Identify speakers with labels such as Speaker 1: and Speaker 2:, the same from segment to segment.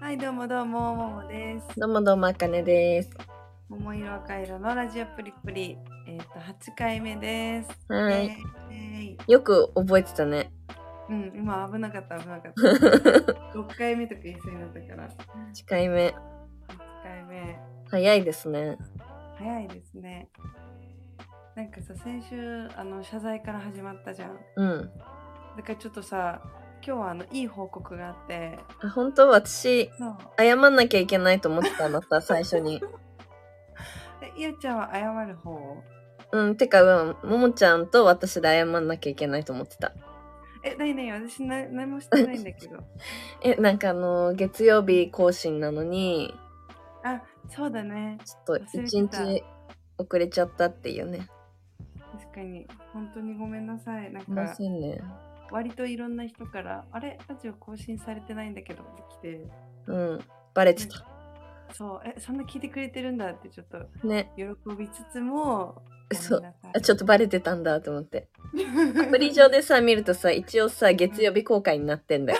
Speaker 1: はい、どうもどうも、ももです。
Speaker 2: どうもどうもあかねです。
Speaker 1: 桃色赤色のラジオプリプリ、えっ、と、八回目です。
Speaker 2: は
Speaker 1: イエ
Speaker 2: い。
Speaker 1: ーイ
Speaker 2: よく覚えてたね。
Speaker 1: うん、今危なかった、危なかった。 六回目とか言いそうになったから。
Speaker 2: 1回目。
Speaker 1: 八回目、
Speaker 2: 早いですね。
Speaker 1: 早いですね。なんかさ、先週、あの謝罪から始まったじゃん。
Speaker 2: うん。
Speaker 1: だから、ちょっとさ、今日はあのいい報告があって。
Speaker 2: あ本当私、
Speaker 1: そう。
Speaker 2: 謝んなきゃいけないと思ってた のさ、最初に。
Speaker 1: え、ゆうちゃんは謝る方。
Speaker 2: うん。てか、うん。ももちゃんと私で謝んなきゃいけないと思ってた。
Speaker 1: え、なになに、私な、何もしてないんだけど。
Speaker 2: え、なんかあの、月曜日更新なのに、
Speaker 1: あ、そうだね。
Speaker 2: ちょっと
Speaker 1: 忘れ
Speaker 2: 1
Speaker 1: てた
Speaker 2: 日遅れちゃったっていうね。
Speaker 1: 確かに本当にごめんなさいなん
Speaker 2: すいま
Speaker 1: か
Speaker 2: せんね。
Speaker 1: 割といろんな人から「あれラジオ更新されてないんだけど」って来て
Speaker 2: うん。バレてた。
Speaker 1: 「そうえそんな聞いてくれてるんだ」ってちょっと
Speaker 2: ね。
Speaker 1: 喜びつつも
Speaker 2: 嘘
Speaker 1: ごめんなさい
Speaker 2: あちょっとバレてたんだと思って。
Speaker 1: ア
Speaker 2: アプリ上でさ、見るとさ、一応さ、月曜日公開になってんだよ。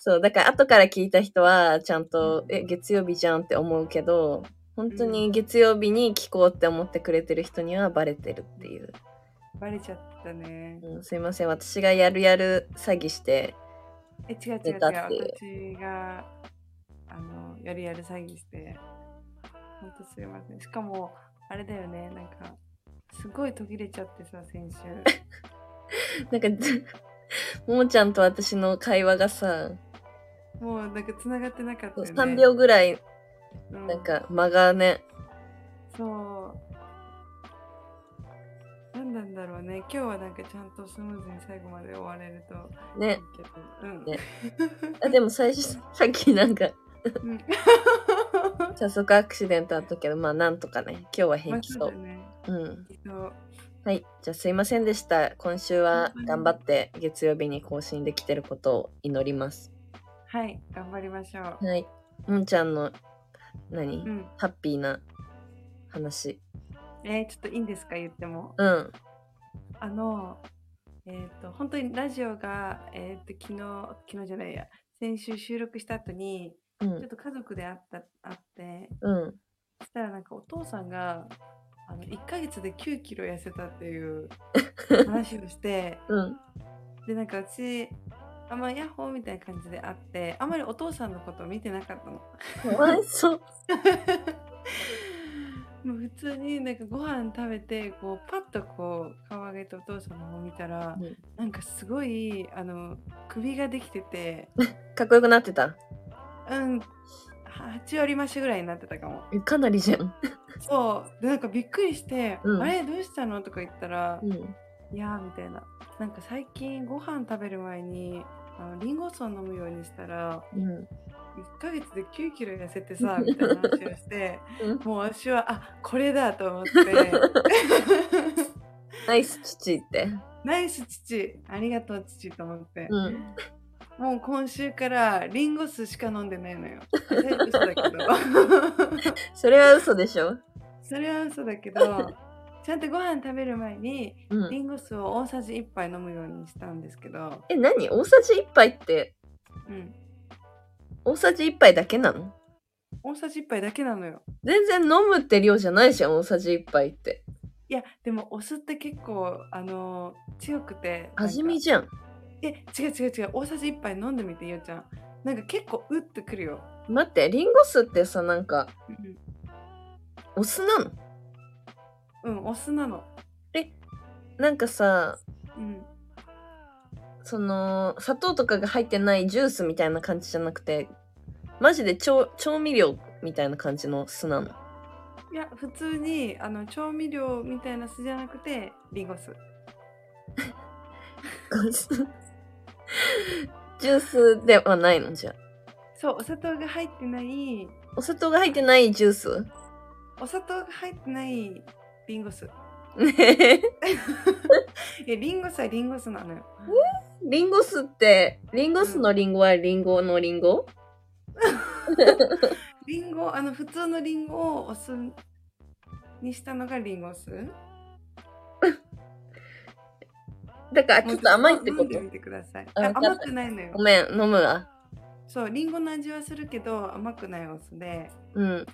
Speaker 2: そう、だから後から聞いた人は、ちゃんと、え、月曜日じゃんって思うけど、本当に月曜日に聞こうって思ってくれてる人にはバレてるっていう。
Speaker 1: バレちゃったね
Speaker 2: うん、すいません、私がやるやる詐欺して、
Speaker 1: え違う違う違
Speaker 2: 出
Speaker 1: う
Speaker 2: たって
Speaker 1: 私があのやるやる詐欺して本当すいませんしかもあれだよねなんかすごい途切れちゃってさ先 週
Speaker 2: なんか、 ももちゃんと私の会話がさ、
Speaker 1: もうなんか繋がってなかったよね
Speaker 2: 3秒ぐらい、
Speaker 1: うん
Speaker 2: なんか間がね、
Speaker 1: そう。何なんだろうね。今日はなんかちゃんとスムーズに最後まで終われるといい
Speaker 2: ね。
Speaker 1: けど。うん。
Speaker 2: ねあでも最初、さっきなんか、
Speaker 1: うん。
Speaker 2: 早速アクシデントあったけど、まあなんとかね、今日は
Speaker 1: ま
Speaker 2: 平
Speaker 1: あ
Speaker 2: 気
Speaker 1: そ
Speaker 2: そう
Speaker 1: うだ。ね。
Speaker 2: うん。
Speaker 1: そう
Speaker 2: はい。じゃあすいませんでした。今週は頑張って月曜日に更新できてることを祈ります。
Speaker 1: はい、頑張りましょう。
Speaker 2: はい。もんちゃんの、何、
Speaker 1: うん。
Speaker 2: ハッピーな話。
Speaker 1: えーちょっといいんですか言っても。
Speaker 2: うん。
Speaker 1: あの、えっ、と、本当にラジオが、えっ、と、昨日、昨日じゃないや、先週収録した後に、
Speaker 2: う
Speaker 1: ちょっ
Speaker 2: ん。
Speaker 1: と家族で会った、会って、
Speaker 2: うん。
Speaker 1: そしたらなんかお父さんがあの1ヶ月で9キロ痩せたって いう話をして
Speaker 2: うん。
Speaker 1: でなんかうちあんまヤッホーみたいな感じであってあんまりお父さんのことを見てなかったの。
Speaker 2: かわいそう。
Speaker 1: もう普通になんかご飯食べてこうパッとこう顔上げてお父さんの方見たら、
Speaker 2: うん
Speaker 1: なんかすごいあの首ができてて
Speaker 2: かっこよくなってた。
Speaker 1: うん8割増しぐらいになってたかも。
Speaker 2: えかなりじゃん。
Speaker 1: そうでなんかびっくりして「
Speaker 2: うん
Speaker 1: あれどうしたの?」とか言ったら
Speaker 2: うん。
Speaker 1: いやーみたいななんか最近ご飯食べる前にあのリンゴ酢を飲むようにしたら
Speaker 2: うん。
Speaker 1: 1ヶ月で9キロ痩せて さみたいな話をして
Speaker 2: うん
Speaker 1: もう私はあこれだと思って
Speaker 2: ナイス父って。
Speaker 1: ナイス父ありがとう父と思って、
Speaker 2: うん。
Speaker 1: もう今週からリンゴ酢しか飲んでないのよ絶対嘘だけ ど
Speaker 2: それは嘘でしょ。
Speaker 1: それは嘘だけどちゃんとご飯食べる前に
Speaker 2: う
Speaker 1: リ
Speaker 2: ん。
Speaker 1: ンゴ酢を大さじ1杯飲むようにしたんですけど、
Speaker 2: え、何大さじ1杯って、
Speaker 1: うん、
Speaker 2: 大さじ1杯だけなの
Speaker 1: 大さじ1杯だけなのよ
Speaker 2: 全然飲むって量じゃないじゃん、大さじ1杯って。
Speaker 1: いやでもお酢って結構あのー強くて
Speaker 2: 味見
Speaker 1: じ
Speaker 2: じゃん。
Speaker 1: え違う違う違う大さじ1杯飲んでみてゆうちゃんなんか結構うってくるよ、
Speaker 2: 待って、リンゴ酢ってさ、なんか、お酢なの
Speaker 1: うん、お酢なの
Speaker 2: なんかさ、
Speaker 1: うん
Speaker 2: その、砂糖とかが入ってないジュースみたいな感じじゃなくて、マジで調調味料みたいな感じの酢 なの。
Speaker 1: いや普通にあの調味料みたいな酢じゃなくてリンゴ酢
Speaker 2: ジュースではないのじゃあ。
Speaker 1: そうお砂糖が入ってない
Speaker 2: お砂糖が入ってないジュース
Speaker 1: お砂糖が入ってないリンゴ酢い
Speaker 2: ねえ
Speaker 1: やリンゴ酢はリンゴ酢なのよ
Speaker 2: リンゴ酢って、リンゴ酢のリンゴはリンゴのリンゴ
Speaker 1: リンゴあの普通のリンゴをお酢にしたのがリンゴ酢
Speaker 2: だからちょっと甘いって
Speaker 1: も
Speaker 2: こ
Speaker 1: うちょ
Speaker 2: と
Speaker 1: 飲んでみてください。
Speaker 2: あ
Speaker 1: あ
Speaker 2: わかった
Speaker 1: 甘くないのよ
Speaker 2: ご。めん、飲むわ。
Speaker 1: そう、リンゴの味はするけど甘くないお酢で、
Speaker 2: うん。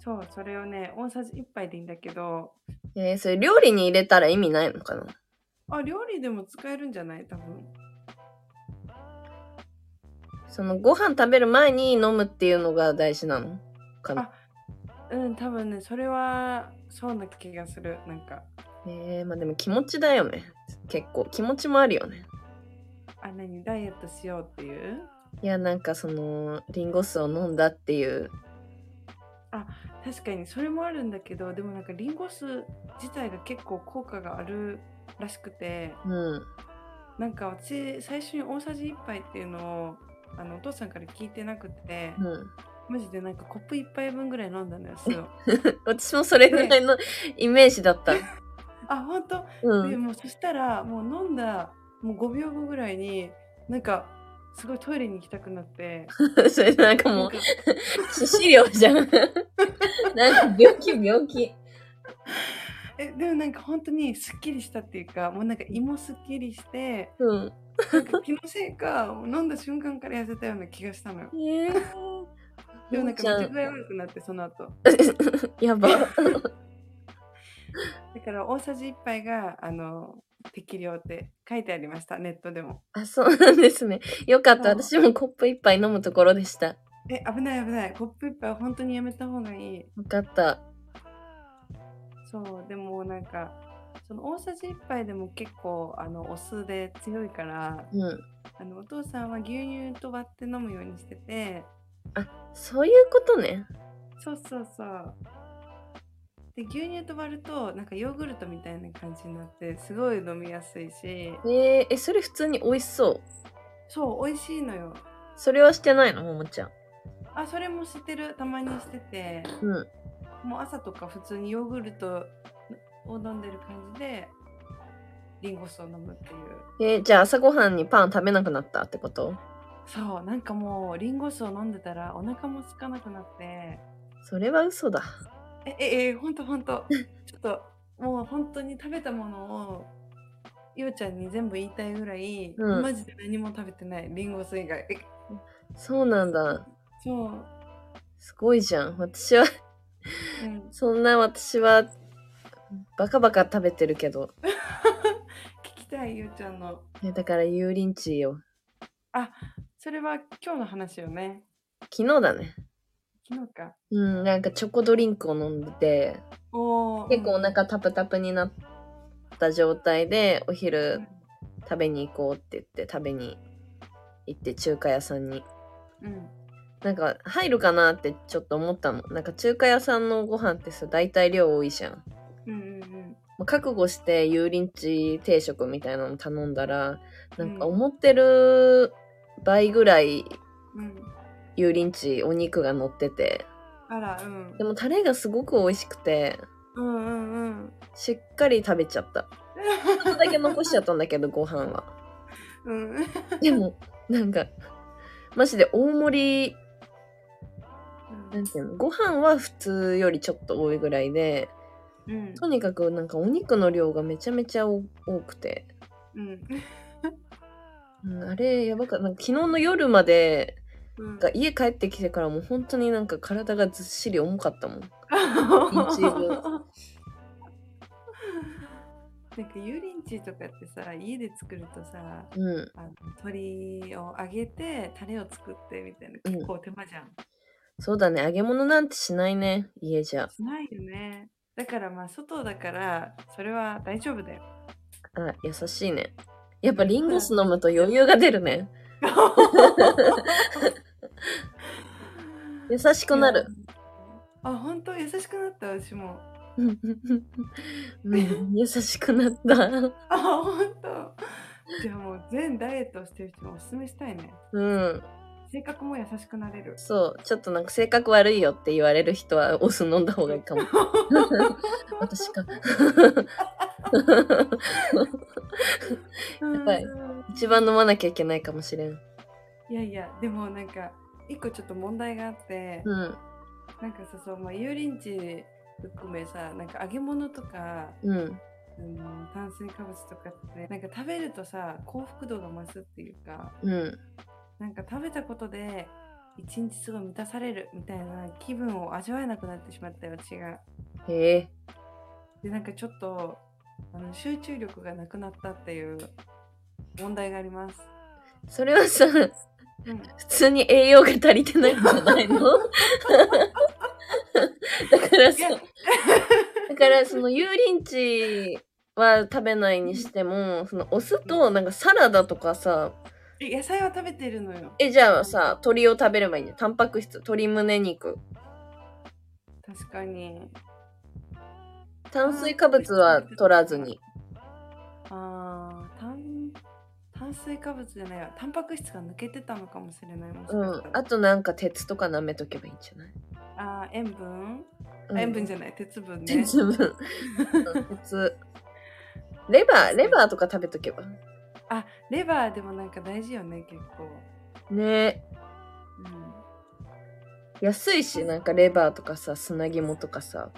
Speaker 1: そう、それをね、大さじ1杯でいいんだけど、
Speaker 2: えー、それ料理に入れたら意味ないのかな
Speaker 1: あ、料理でも使えるんじゃない多分。
Speaker 2: そのご飯食べる前に飲むっていうのが大事なのかな
Speaker 1: うん、多分ね、それはそうな気がする。なんか、
Speaker 2: えー、まあでも気持ちだよね。結構気持ちもあるよね。
Speaker 1: あ、何、ダイエットしようっていう
Speaker 2: いや、なんかその、リンゴ酢を飲んだっていう。
Speaker 1: 確かにそれもあるんだけどでもなんかリンゴ酢自体が結構効果があるらしくて
Speaker 2: うん。
Speaker 1: なんか私最初に大さじ1杯っていうのをあのお父さんから聞いてなくて、
Speaker 2: うん。
Speaker 1: マジでなんかコップ1杯分ぐらい飲んだのよ酢を
Speaker 2: 私もそれぐらいのイメージだった。
Speaker 1: あ本当、
Speaker 2: う
Speaker 1: で
Speaker 2: ん。
Speaker 1: もうそしたらもう飲んだもう5秒後ぐらいになんかすごいトイレに行きたくなって
Speaker 2: それなんか
Speaker 1: な
Speaker 2: も
Speaker 1: ん
Speaker 2: う
Speaker 1: か、
Speaker 2: 致死量 じゃん。なんか病気病気。
Speaker 1: えでもなんか本当にすっきりしたっていうかもうなんか胃もすっきりして
Speaker 2: うん。
Speaker 1: なんか気のせいかもう飲んだ瞬間から痩せたような気がしたの よ
Speaker 2: えー、
Speaker 1: でもなんかめっちゃ具合
Speaker 2: ゃ
Speaker 1: 悪くなってその後
Speaker 2: ん やば。
Speaker 1: だから大さじ1杯があの適量って書いてありましたネットでも
Speaker 2: あ、そうなんですね。よかった。
Speaker 1: そ
Speaker 2: 私もコップ一杯飲むところでした。
Speaker 1: え危ない危ないコップ1杯は本当にやめた方がいい
Speaker 2: よかった。
Speaker 1: そうでもなんかその大さじ1杯でも結構あのお酢で強いから
Speaker 2: うん。
Speaker 1: あのお父さんは牛乳と割って飲むようにしてて
Speaker 2: そういうことね。
Speaker 1: そうそうそうで牛乳と割るとなんかヨーグルトみたいな感じになってすごい飲みやすいし
Speaker 2: えー、え、それ普通に美味しそう。
Speaker 1: そう美味しいのよ
Speaker 2: それはしてないのももちゃん。
Speaker 1: あそれも知ってるたまにしてて
Speaker 2: うん。
Speaker 1: もう朝とか普通にヨーグルトを飲んでる感じでリンゴ酢を飲むっていう
Speaker 2: えーじゃあ朝ごはんにパン食べなくなったってこと
Speaker 1: そうなんかもうリンゴ酢を飲んでたらお腹も空かなくなって
Speaker 2: それは嘘だ。
Speaker 1: えええほんとほんとちょっともう本当に食べたものをゆうちゃんに全部言いたいぐらい、
Speaker 2: うん
Speaker 1: マジで何も食べてないリンゴ酢以外え
Speaker 2: そうなんだ。
Speaker 1: そう、
Speaker 2: すごいじゃん。私は、
Speaker 1: うん、
Speaker 2: そんな私は、バカバカ食べてるけど。
Speaker 1: 聞きたいゆうちゃんの
Speaker 2: えだから、油淋鶏よ。
Speaker 1: それは今日の話よね
Speaker 2: 昨日だね。
Speaker 1: 昨日か
Speaker 2: うん、なんかチョコドリンクを飲んでて、
Speaker 1: おー
Speaker 2: 結構お
Speaker 1: うん
Speaker 2: 腹タプタプになった状態で、お
Speaker 1: う
Speaker 2: 昼
Speaker 1: ん
Speaker 2: 食べに行こうって言って、食べに行って、中華屋さんに。
Speaker 1: うん
Speaker 2: なんか入るかなってちょっと思ったの。なんか中華屋さんのご飯ってさ、大体量多いじゃん。
Speaker 1: うんうんうん
Speaker 2: まあ覚悟して油淋鶏定食みたいなの頼んだら、なんか
Speaker 1: うん
Speaker 2: 思ってる倍ぐらい
Speaker 1: うん
Speaker 2: 油淋鶏お肉が乗ってて、
Speaker 1: あら、うん
Speaker 2: で。もタレがすごく美味しくて、
Speaker 1: うんうんうん。
Speaker 2: しっかり食べちゃった。ちょっとだけ残しちゃったんだけど、ご飯は。
Speaker 1: うん。
Speaker 2: でも、なんか、マジで大盛り、なんていうの、ご飯は普通よりちょっと多いぐらいで、
Speaker 1: うん。
Speaker 2: とにかくなんかお肉の量がめちゃめちゃ多くて、
Speaker 1: うん。
Speaker 2: うんあれやばかった。なんか昨日の夜まで、
Speaker 1: うん
Speaker 2: なんか家帰ってきてからもう本当になんか体がずっしり重かったもん。一部
Speaker 1: なんか油淋鶏とかってさ、家で作るとさ、
Speaker 2: うん。
Speaker 1: あの鶏を揚げて、タレを作ってみたいな、
Speaker 2: うん
Speaker 1: 結構手間じゃん。
Speaker 2: そうだね。揚げ物なんてしないね。家じゃ。
Speaker 1: しないよね。だからまあ、外だから、それは大丈夫だよ。
Speaker 2: あ、優しいね。やっぱリンゴ酢飲むと余裕が出るね。 優しくなる。
Speaker 1: あ、本当優しくなった、私も。
Speaker 2: うんうん優しくなった。
Speaker 1: あ、本当。じゃあもう全ダイエットをしてる人におすすめしたいね。
Speaker 2: うん。
Speaker 1: 性格も優しくなれる。
Speaker 2: そう。ちょっとなんか性格悪いよって言われる人はお酢飲んだ方がいいかも。私か。
Speaker 1: や
Speaker 2: ばい一番飲まなきゃいけないかもしれん。
Speaker 1: いやいや、でもなんか一個ちょっと問題があって、
Speaker 2: うん。
Speaker 1: なんかさそうまあ油淋鶏含めさなんか揚げ物とか
Speaker 2: うん。
Speaker 1: の炭水化物とかってなんか食べるとさ幸福度が増すっていうか
Speaker 2: うん。
Speaker 1: なんか食べたことで一日すごい満たされるみたいな気分を味わえなくなってしまったよ私が。
Speaker 2: へえ。
Speaker 1: でなんかちょっとあの集中力がなくなったっていう問題があります。
Speaker 2: それはさ、 普
Speaker 1: うん、
Speaker 2: 通に栄養が足りてないんじゃないの だから
Speaker 1: いや
Speaker 2: さ、だからその油淋鶏は食べないにしても、そのお酢となんかサラダとかさ、
Speaker 1: え野菜は食べてるのよ。
Speaker 2: え、じゃあさ、鶏を食べればいいんじゃん。タンパク質、鶏胸肉。
Speaker 1: 確かに。
Speaker 2: 炭水化物は取らずに。
Speaker 1: あー炭炭水化物じゃないわ。タンパク質が抜けてたのかもしれない。もしかしたら
Speaker 2: あとなんか鉄とか舐めとけばいいんじゃない、
Speaker 1: あー塩分、
Speaker 2: うん、
Speaker 1: 塩分
Speaker 2: じ
Speaker 1: じゃない鉄分
Speaker 2: ゃ
Speaker 1: ね。
Speaker 2: 鉄分うん鉄レバーレバーとか食べとけば
Speaker 1: あレバーでもなんか大事よね結構。
Speaker 2: ね
Speaker 1: うん、
Speaker 2: 安いしなんかレバーとかさ砂肝とかさ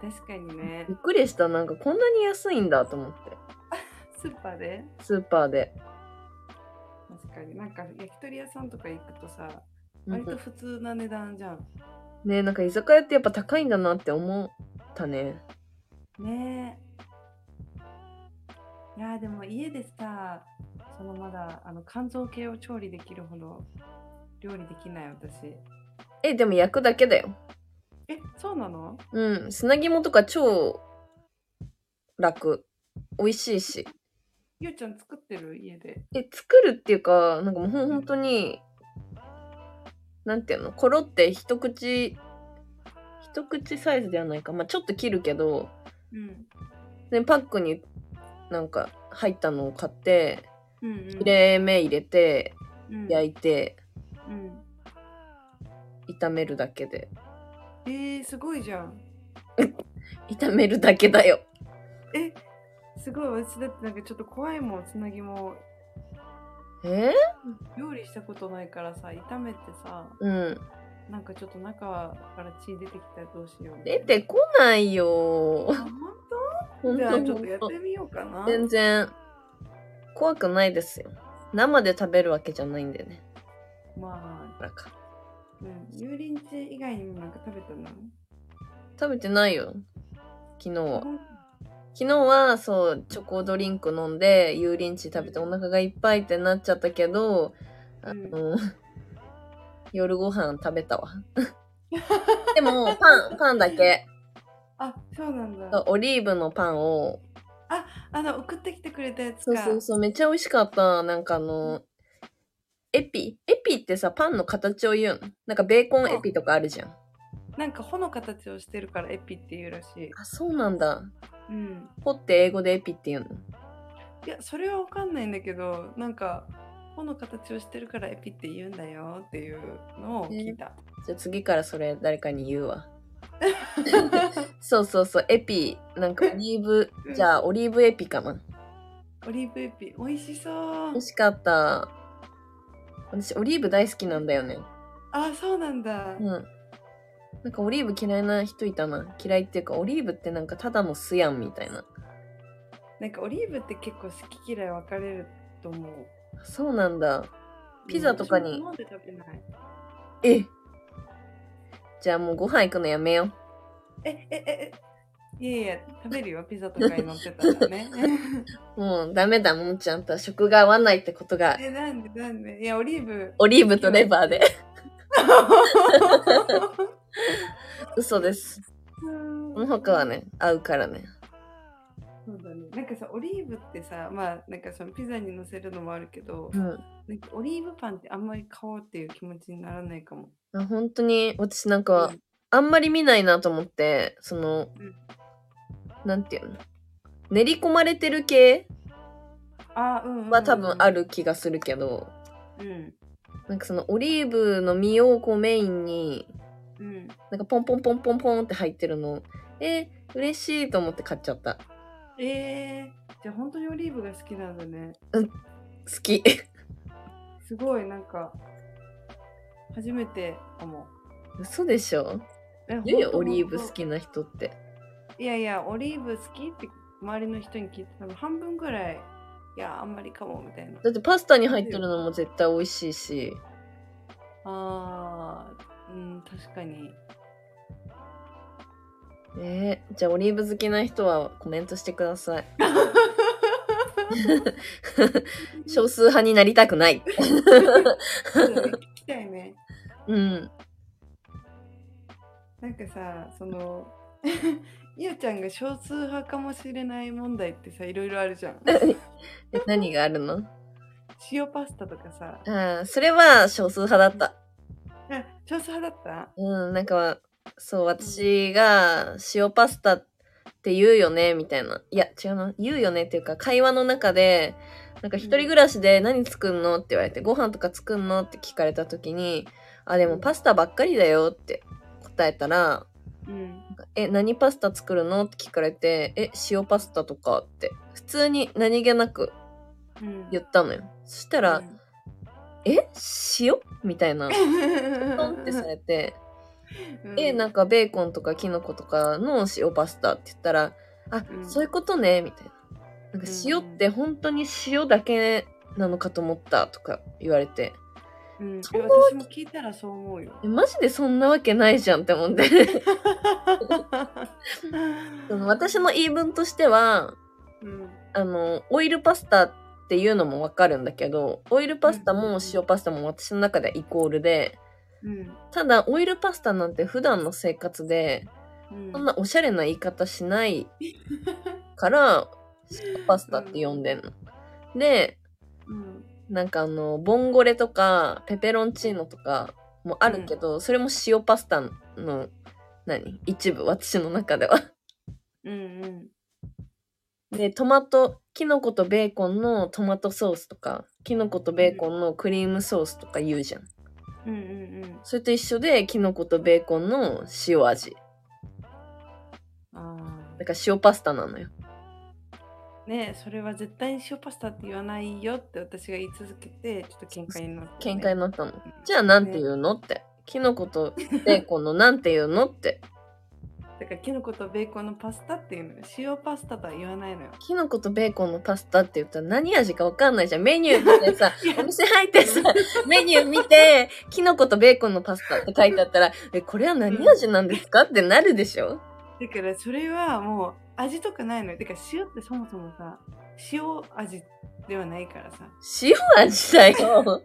Speaker 1: 確かにね
Speaker 2: びっ。くりしたなんかこんなに安いんだと思って
Speaker 1: スーパーで
Speaker 2: スーパーで、
Speaker 1: 確かになんか焼き鳥屋さんとか行くとさ
Speaker 2: う
Speaker 1: 割
Speaker 2: ん
Speaker 1: と普通な値段じゃん。
Speaker 2: ねなんか居酒屋ってやっぱ高いんだなって思ったね
Speaker 1: ねえ。いやーでも家でさ、そのまだあの肝臓系を調理できるほど料理できない私。
Speaker 2: えでも焼くだけだよ
Speaker 1: え、そうなの
Speaker 2: うん砂肝とか超楽美味しいし
Speaker 1: ゆうちゃん作ってる家で。
Speaker 2: え作るっていうかなんかもうほん本当になんていうのコロって一口一口サイズではないかまあちょっと切るけど
Speaker 1: うん。
Speaker 2: でパックになんか入ったのを買って
Speaker 1: うん、うん。
Speaker 2: 切れ目入れて
Speaker 1: うん、
Speaker 2: 焼いて
Speaker 1: うん。
Speaker 2: 炒めるだけで
Speaker 1: えー、すごいじゃん。
Speaker 2: 炒めるだけだよ
Speaker 1: え、すごい私だってなんかちょっと怖いもん、つなぎも。
Speaker 2: え
Speaker 1: 料理したことないからさ、炒めてさ、
Speaker 2: うん
Speaker 1: なんかちょっと中から血出てきたらどうしよう。
Speaker 2: 出てこないよ
Speaker 1: あ、本当
Speaker 2: ほん
Speaker 1: じ
Speaker 2: と
Speaker 1: ゃあ
Speaker 2: ほん
Speaker 1: ちょっとやっ
Speaker 2: と
Speaker 1: てみようかな。
Speaker 2: 全然怖くないですよ生で食べるわけじゃないんだよね
Speaker 1: まあ、
Speaker 2: だからか
Speaker 1: うん、油淋鶏以外にもなんか食べたの
Speaker 2: 食べてないよ昨日は
Speaker 1: ほん
Speaker 2: 昨日はそうチョコドリンク飲んで油淋鶏食べてお腹がいっぱいってなっちゃったけどあの、 夜ご飯食べたわでもパンパンだけ
Speaker 1: あ、そうなんだ
Speaker 2: そう。オリーブのパンを
Speaker 1: あの、送ってきてくれたやつ
Speaker 2: そう
Speaker 1: か。
Speaker 2: そうそうめっちゃ美味しかったなんかあのエピエピってさパンの形を言うのなんかベーコンエピとかあるじゃん
Speaker 1: なんか、穂の形をしてるからエピっていうらしい。
Speaker 2: あそうなんだ
Speaker 1: うん。
Speaker 2: ポって英語でエピって言うの
Speaker 1: いや、それはわかんないんだけど、なんか、穂の形をしてるからエピって言うんだよっていうのを聞いた。
Speaker 2: じゃあ次からそれ誰かに言うわ。そうそうそう、エピ、なんかオリーブ、じゃあオリーブエピかな。
Speaker 1: オリーブエピ、美味しそう
Speaker 2: 美。味しかった。私、オリーブ大好きなんだよね。
Speaker 1: あ、そうなんだ
Speaker 2: う。ん。なんかオリーブ嫌いな人いたな。嫌いっていうか、オリーブってなんかただの酢やんみたいな。
Speaker 1: なんか、オリーブって結構好き嫌い分かれると思う。
Speaker 2: そうなんだ。ピザとかに
Speaker 1: うん私も飲んで食べない。
Speaker 2: えじゃあもうご飯行くのやめよう。
Speaker 1: え、え、え、え、いやいや、食べるよ、ピザとかに乗ってたら ね。
Speaker 2: もうダメだ、もんちゃんとは食が合わないってことが、
Speaker 1: え、なんで、なんで、いや、オリーブ。
Speaker 2: オリーブとレ バーで。嘘です。この他は。ね、合うからね。
Speaker 1: そうだね。なんかさ、オリーブってさ、まあ、なんかそのピザに乗せるのもあるけど、
Speaker 2: うん。
Speaker 1: なんかオリーブパンってあんまり買おうっていう気持ちにならないかも。
Speaker 2: あ本当に私なんか、
Speaker 1: うん
Speaker 2: あんまり見ないなと思ってその、
Speaker 1: うん
Speaker 2: なんていうの練り込まれてる系
Speaker 1: あ、うん、うん。
Speaker 2: は多分あ。る気がするけど、
Speaker 1: うん。
Speaker 2: なんかそのオリーブの実をこうメインに
Speaker 1: うん。
Speaker 2: なんかポンポンポンポンポンって入ってるのえー、嬉しいと思って買っちゃった
Speaker 1: えー、じゃあ本当にオリーブが好きなんだね。
Speaker 2: 好き
Speaker 1: すごい、なんか、初めてかも。
Speaker 2: 嘘でしょ
Speaker 1: え
Speaker 2: いる
Speaker 1: ほん
Speaker 2: よ
Speaker 1: と
Speaker 2: オリーブ
Speaker 1: ほん
Speaker 2: 好
Speaker 1: と
Speaker 2: きな人って
Speaker 1: いやいや、オリーブ好きって周りの人に聞いて多分半分ぐらいいやあんまりかもみたいな
Speaker 2: だってパスタに入ってるのも絶対美味しいし
Speaker 1: あーうん確かに
Speaker 2: ねえじゃあオリーブ好きな人はコメントしてくだ さい少数派になりたくない
Speaker 1: そうだね聞きたいね
Speaker 2: うん
Speaker 1: なんかさその ゆうちゃんが少数派かもしれない問題ってさいろいろあるじゃん
Speaker 2: え何があるの
Speaker 1: 塩パスタとかさ
Speaker 2: ああそれは少数派だった
Speaker 1: あ少数派だった
Speaker 2: うん、なんか、そう、私が塩パスタって言うよね、みたいな。いや、違うな。言うよねっていうか、会話の中で、なんか一人暮らしで何作んのって言われて、ご飯とか作んのって聞かれた時に、あ、でもパスタばっかりだよって答えたら、
Speaker 1: うん
Speaker 2: え、何パスタ作るのって聞かれて、え、塩パスタとかって、普通に何気なく
Speaker 1: うん
Speaker 2: 言ったのよ。そしたら、
Speaker 1: うん
Speaker 2: え塩みたいな、トンってされて、でなんかベーコンとかキノコとかの塩パスタって言ったら「あ、
Speaker 1: うん
Speaker 2: そういうことね」みたいな「なんか塩って本当に塩だけなのかと思った」とか言われて
Speaker 1: うんうん、え
Speaker 2: そんな
Speaker 1: 私も聞いたらそう思うよ
Speaker 2: 「えマジでそんなわけないじゃん」って思って その私の言い分としては
Speaker 1: うん
Speaker 2: あのオイルパスタっていうのもわかるんだけどオイルパスタも塩パスタも私の中ではイコールで
Speaker 1: うん
Speaker 2: ただオイルパスタなんて普段の生活で
Speaker 1: うん
Speaker 2: そんなおしゃれな言い方 しないから、パスタって呼んでんの。で、
Speaker 1: うん
Speaker 2: なんかあの、ボンゴレとか、ペペロンチーノとかもあるけど、それも塩パスタの、何一部、私の中では。
Speaker 1: うんうん
Speaker 2: で、トマト、キノコとベーコンのトマトソースとか、キノコとベーコンのクリームソースとか言うじゃん。
Speaker 1: うんうんうん
Speaker 2: それと一緒で、キノコとベーコンの塩味。
Speaker 1: あ
Speaker 2: だから塩パスタなのよ。
Speaker 1: ーねそれは絶対に塩パスタって言わないよって私が言い続けてちょっと喧嘩になって、
Speaker 2: 喧嘩になったの。
Speaker 1: うん
Speaker 2: じゃあなんて言うのって。キノコとベーコンのなんて言うのって。
Speaker 1: だからキノコとベーコンのパスタっていうのよ塩パスタとは言わないのよ
Speaker 2: キノコとベーコンのパスタって言ったら何味かわかんないじゃん。メニューで さ
Speaker 1: いや、
Speaker 2: お店入ってさ、メニュー見て、キノコとベーコンのパスタって書いてあったら、え、これは何味なんですかってなるでしょ
Speaker 1: だからそれはもう味とかないのよだから塩ってそもそもさ塩味ではないからさ
Speaker 2: 塩味だよ。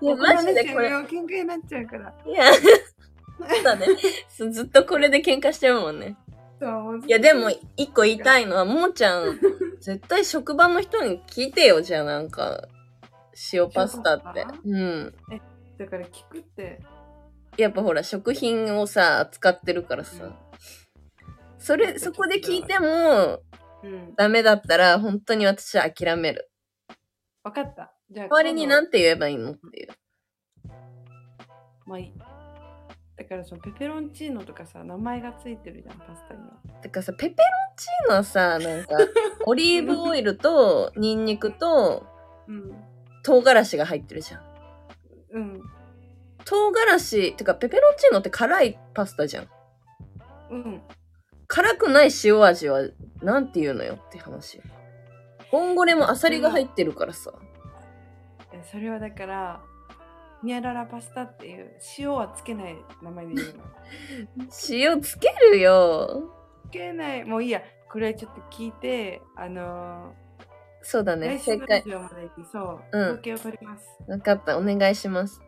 Speaker 2: いや、
Speaker 1: この
Speaker 2: マジで
Speaker 1: 話
Speaker 2: これ。い
Speaker 1: やめよう喧嘩になっちゃうから
Speaker 2: や、そうだね。そうずっとこれで喧嘩してるもんね。
Speaker 1: そう
Speaker 2: いやでも一個言いたいのはももちゃ ん絶対職場の人に聞いてよじゃあなんか塩パスタって
Speaker 1: 塩パス
Speaker 2: うん
Speaker 1: だから聞くって
Speaker 2: やっぱほら食品をさ扱ってるからさ、それそこで聞いても
Speaker 1: うん
Speaker 2: ダメだったら本当に私は諦める
Speaker 1: 分かったじゃあ
Speaker 2: 代わりに
Speaker 1: 今度
Speaker 2: 何て言えばいいのっていう
Speaker 1: まあいいだからそのペペロンチーノとかさ名前がついてるじゃんパスタには
Speaker 2: だからさペペロンチーノはさなんかオリーブオイルとニンニクと
Speaker 1: うん
Speaker 2: 唐辛子が入ってるじゃん
Speaker 1: うん
Speaker 2: 唐辛子てかペペロンチーノって辛いパスタじゃん
Speaker 1: うん
Speaker 2: 辛くない塩味はなんて言うのよって話。ボンゴレもアサリが入ってるからさ。
Speaker 1: えそれはだからニャララパスタっていう塩はつけない名前で言う の
Speaker 2: 塩つけるよ。
Speaker 1: つけないもういいやこれはちょっと聞いてあの
Speaker 2: そうだ
Speaker 1: ー、来
Speaker 2: ね。
Speaker 1: 週
Speaker 2: 正
Speaker 1: のラ
Speaker 2: 解。
Speaker 1: ジオまで行きそう
Speaker 2: うん
Speaker 1: 統計を取り ます、
Speaker 2: わかった。お願いします。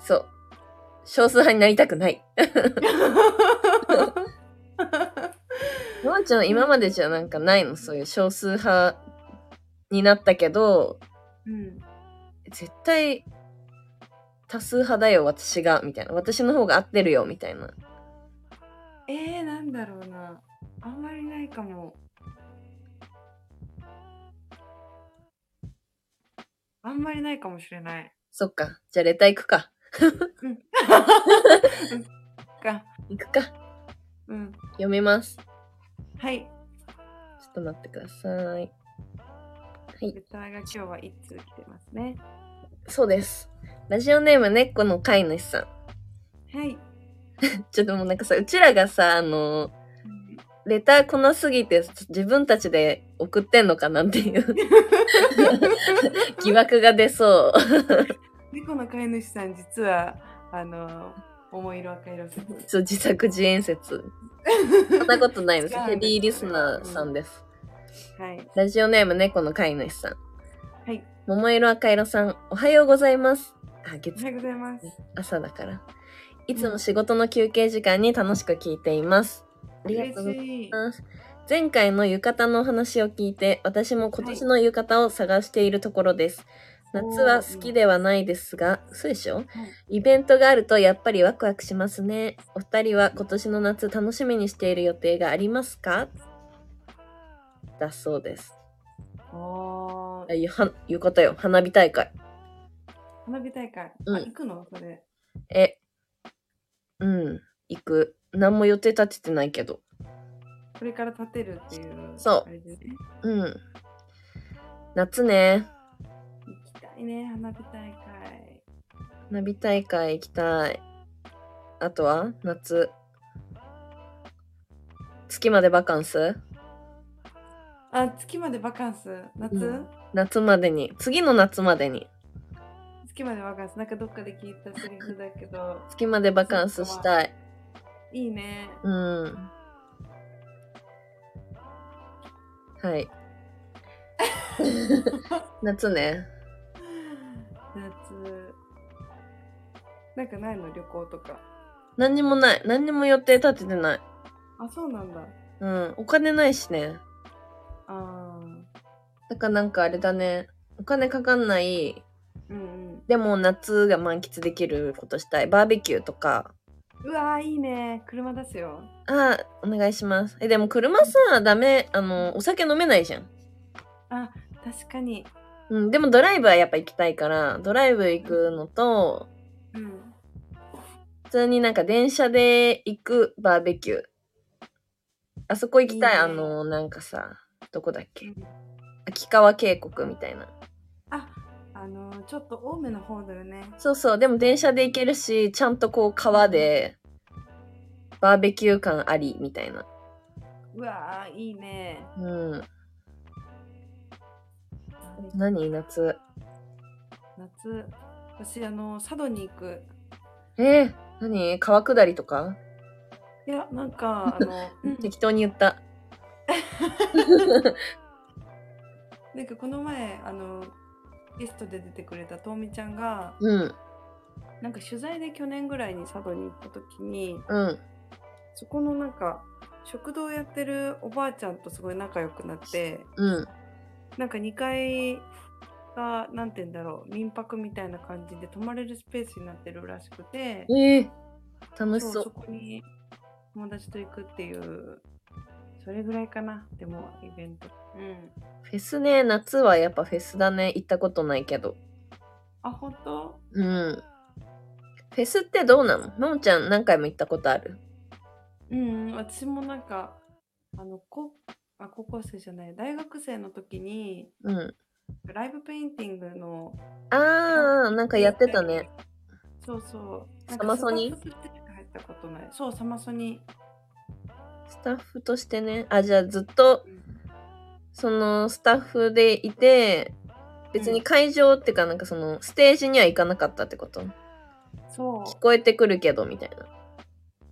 Speaker 2: そう。少数派になりたくない。のあちゃん、今までじゃなんかないのそういう少数派になったけど、
Speaker 1: うん
Speaker 2: 絶対多数派だよ、私が。みたいな。私の方が合ってるよ、みたいな。
Speaker 1: えー、なんだろうなあんまりないかもあんまりないかもしれない
Speaker 2: そっか。じゃあ、レタ行くか。
Speaker 1: が
Speaker 2: 行くか。
Speaker 1: うん
Speaker 2: 読みます。
Speaker 1: はい
Speaker 2: ちょっと待ってください。
Speaker 1: レターが今日は1通来てますね
Speaker 2: そうです。ラジオネームねっこの飼い主さん。
Speaker 1: はい
Speaker 2: ちょっともうなんかさ、うちらがさ、あの、レター来なすぎて自分たちで送ってんのかなっていう 疑惑が出そう。
Speaker 1: 猫の飼い主さん実はあの桃色赤色 説
Speaker 2: そう自作自演説。そんなことないです。ヘビーリスナーさんです。
Speaker 1: はい
Speaker 2: ラジオネーム猫の飼い主さん。
Speaker 1: はい。
Speaker 2: 桃色赤色さん、おはようございます。あ、
Speaker 1: お
Speaker 2: 月
Speaker 1: はようございます
Speaker 2: 朝だから。いつも仕事の休憩時間に楽しく聞いています。ありがとうございます
Speaker 1: 嬉しい
Speaker 2: ます前回の浴衣のお話を聞いて私も今年の浴衣を探しているところです、
Speaker 1: はい
Speaker 2: 夏は好きではないですがそうでしょ、
Speaker 1: はい
Speaker 2: イベントがあるとやっぱりワクワクしますねお二人は今年の夏楽しみにしている予定がありますかだそうです
Speaker 1: お
Speaker 2: あ
Speaker 1: ー
Speaker 2: ゆは浴衣よ花火大会
Speaker 1: 花火大会、
Speaker 2: うん
Speaker 1: あ行くのそれ
Speaker 2: えうん行く何も予定立ててないけど
Speaker 1: これから立てるっていう
Speaker 2: そう
Speaker 1: あれですね
Speaker 2: うん夏ね
Speaker 1: 行きたいね花火大会
Speaker 2: 花火大会行きたい。あとは夏。月までバカンス
Speaker 1: あ月までバカンス夏、
Speaker 2: うん夏までに。次の夏までに。
Speaker 1: 月までバカンスなんかどっかで聞いたセリフだけど
Speaker 2: 月までバカンスしたい。
Speaker 1: いいね
Speaker 2: うん。はい。夏ね。
Speaker 1: 夏なんかないの旅行とか
Speaker 2: 何にもない。何にも予定立ててない。
Speaker 1: あそうなんだ
Speaker 2: うん。お金ないしね。
Speaker 1: あー
Speaker 2: だからなんかあれだね。お金かかんない。
Speaker 1: うんうん
Speaker 2: でも夏が満喫できることしたい。バーベキューとか。
Speaker 1: うわーいいね車出すよ
Speaker 2: あーお願いします。え、でも車さ、ダメ、あの、お酒飲めないじゃん。
Speaker 1: 確かに
Speaker 2: うん、でもドライブはやっぱ行きたいから、ドライブ行くのと、
Speaker 1: うん
Speaker 2: 普通になんか電車で行くバーベキュー。あそこ行きたい、
Speaker 1: いいね
Speaker 2: あの、なんかさ、どこだっけ秋川渓谷みたいな。
Speaker 1: ああのーちょっと多めの方だよね
Speaker 2: そうそう、でも電車で行けるし、ちゃんとこう川で、バーベキュー感あり、みたいな。
Speaker 1: うわーいいね
Speaker 2: うん。何夏。
Speaker 1: 夏私あのー佐渡に行く
Speaker 2: えー、何川下りとか
Speaker 1: いやなんかあの
Speaker 2: 適当に言った。
Speaker 1: なんかこの前あのゲストで出てくれたとうみちゃんが
Speaker 2: うん、
Speaker 1: なんか取材で去年ぐらいに佐渡に行った時に
Speaker 2: うん。
Speaker 1: そこのなんか食堂やってるおばあちゃんとすごい仲良くなって
Speaker 2: うん。
Speaker 1: なんか2階がなんて言うんだろう民泊みたいな感じで泊まれるスペースになってるらしくて
Speaker 2: ええ楽し
Speaker 1: そう
Speaker 2: そう。
Speaker 1: そこに友達と行くっていうそれぐらいかなでもイベントうん
Speaker 2: フェスね、夏はやっぱフェスだね。行ったことないけど。
Speaker 1: あ本当
Speaker 2: うん。フェスってどうなののんちゃん何回も行ったことある
Speaker 1: うんうん私もなんかあのこあ高校生じゃない大学生の時に
Speaker 2: うん。
Speaker 1: ライブペインティングの
Speaker 2: あー、なんかやってたね。
Speaker 1: そうそう。なん
Speaker 2: サ
Speaker 1: か
Speaker 2: マソ
Speaker 1: ス
Speaker 2: ニ
Speaker 1: タッフとして入ったことない。そう、サマソニ。
Speaker 2: スタッフとしてね。あ、じゃあずっと、そのスタッフでいて、別に会場っていうか、なんかその、ステージには行かなかったってこと
Speaker 1: そう、
Speaker 2: 聞こえてくるけど、みたいな。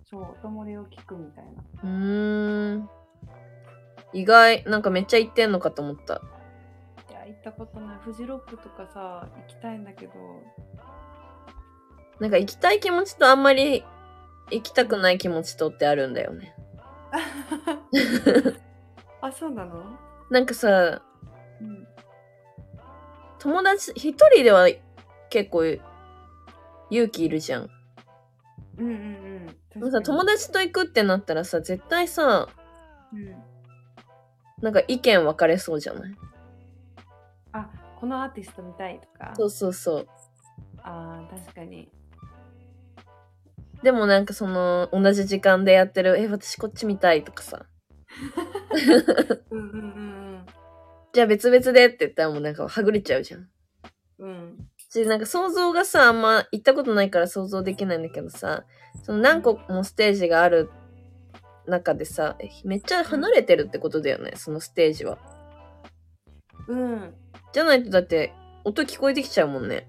Speaker 1: そう、音漏れを聞くみたいな。
Speaker 2: うーん。意外、なんかめっちゃ行ってんのかと思った。
Speaker 1: いや、行ったことない。フジロックとかさ、行きたいんだ けど、
Speaker 2: なんか行きたい気持ちとあんまり行きたくない気持ちとってあるんだよね。
Speaker 1: あ、そうなの
Speaker 2: なんかさ、
Speaker 1: うん。
Speaker 2: 友達、一人では結構勇気いるじゃん。
Speaker 1: うんうんうん。
Speaker 2: でもさ、友
Speaker 1: 達、
Speaker 2: 達と行くってなったらさ、絶対さ、
Speaker 1: うん、
Speaker 2: なんか意見分かれそうじゃない
Speaker 1: あ、このアーティスト見たいとか。
Speaker 2: そうそうそう。
Speaker 1: あー確かに。
Speaker 2: でもなんかその、同じ時間でやってる、え、私こっち見たいとかさ、
Speaker 1: うんうんうん
Speaker 2: じゃあ別々でって言ったらもうなんかはぐれちゃうじゃん。
Speaker 1: うん。うん。
Speaker 2: し、なんか想像がさ、あんま行ったことないから想像できないんだけどさ、その何個もステージがある中でさめっちゃ離れてるってことだよねそのステージは
Speaker 1: うん。
Speaker 2: じゃないとだって音聞こえてきちゃうもんね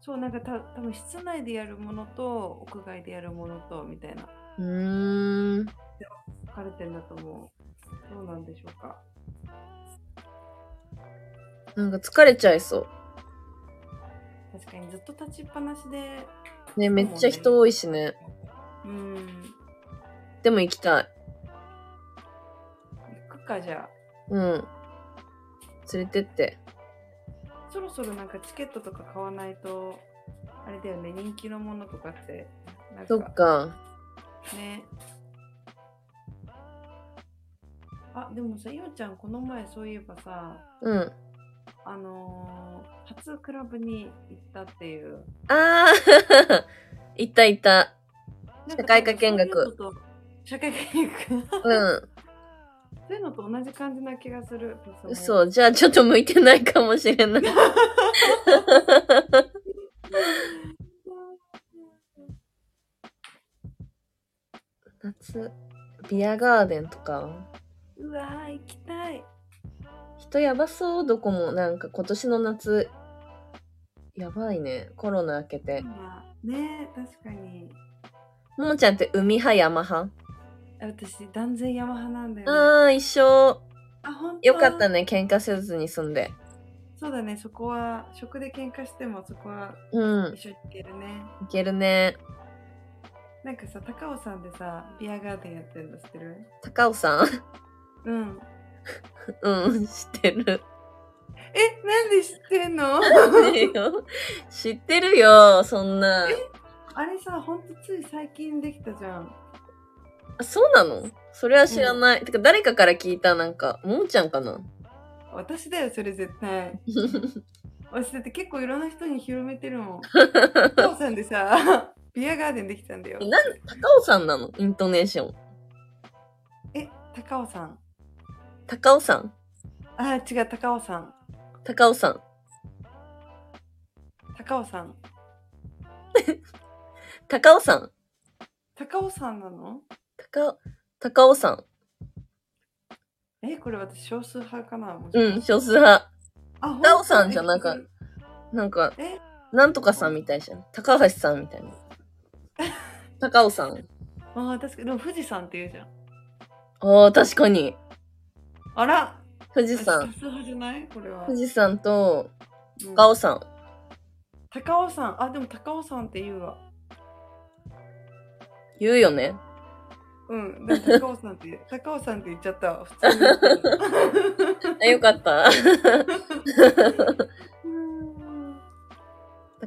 Speaker 1: そう、なんかた多分室内でやるものと、屋外でやるものと、みたいな。
Speaker 2: うーん
Speaker 1: 分かれてんだと思う。どうなんでしょうか。
Speaker 2: なんか疲れちゃいそ
Speaker 1: 確かにずっと立ちっぱなしで、
Speaker 2: うねめっちゃ人多いしね
Speaker 1: うん。
Speaker 2: でも行きたい
Speaker 1: 行くか、じゃ
Speaker 2: うん連れてって
Speaker 1: あ。そろそろなんかチケットとか買わないと、あれだよね、人気のものとかって。なん
Speaker 2: そっか
Speaker 1: ねあでもさゆうちゃんこの前そういえばさ
Speaker 2: うん
Speaker 1: あのー初クラブに行ったっていう
Speaker 2: あー 行った行った
Speaker 1: なん
Speaker 2: 社会科見学
Speaker 1: そういうのと社会科見学
Speaker 2: うん
Speaker 1: そういうのと同じ感じな気がする
Speaker 2: そうう、じゃあちょっと向いてないかもしれない。 夏、ビアガーデンとか、
Speaker 1: うわー行きたい
Speaker 2: 人やばそう、どこも。なんか今年の夏、やばいね。コロナ明けて。
Speaker 1: まあね確かに
Speaker 2: ももちゃんって海派、山派
Speaker 1: あ私断然ヤマハなんだよ、ね、
Speaker 2: ああ、一緒。
Speaker 1: あ本当
Speaker 2: よかったね。喧嘩せずに済んで。
Speaker 1: そうだねそこは食で喧嘩してもそこは
Speaker 2: うん、
Speaker 1: 一緒に行けるね、
Speaker 2: いけるね。
Speaker 1: なんかさ、高尾さんでさ、ビアガーデンやってるの知ってる
Speaker 2: 高尾さん
Speaker 1: うん。
Speaker 2: うん、知って る。
Speaker 1: え、なんで知ってんの
Speaker 2: 知ってるよ、そんな。
Speaker 1: あれさ、ほんとつい最近できたじゃん。
Speaker 2: あそうなのそれは知らない。てか誰かから聞いたなんか、ももちゃんかな
Speaker 1: 私だよ、それ絶対。私だって結構いろんな人に広めてるもん。高尾さんでさ、 ビアガーデンできたんだよ。
Speaker 2: なん高尾さんなのイントネーション。
Speaker 1: え、高尾さん。
Speaker 2: 高尾さん
Speaker 1: あ、違う、高尾さん。
Speaker 2: 高尾さん
Speaker 1: 高尾さん。
Speaker 2: 高尾さん
Speaker 1: 高尾さんなの
Speaker 2: 高尾、高尾さん。
Speaker 1: え、これ私少数派かなもしかし
Speaker 2: う
Speaker 1: て
Speaker 2: ん、少数派。
Speaker 1: あ、ほんと
Speaker 2: 高尾さんじゃなかっなんか
Speaker 1: え、
Speaker 2: なんとかさんみたいじゃん。高橋さんみ たいな。高尾さん。
Speaker 1: あ、確かに、でも富士山って言うじゃん。
Speaker 2: ああ、確かに。
Speaker 1: あら
Speaker 2: 富士
Speaker 1: さ
Speaker 2: 山。
Speaker 1: すがじゃないこれは。
Speaker 2: 富士山と
Speaker 1: うん
Speaker 2: 高尾さん。
Speaker 1: 高尾山。あ、でも高尾山って言うわ。
Speaker 2: 言うよね。
Speaker 1: うん。でも高尾山って、 高尾山って言っちゃったわ。普通に。
Speaker 2: あ、よ かった。
Speaker 1: うん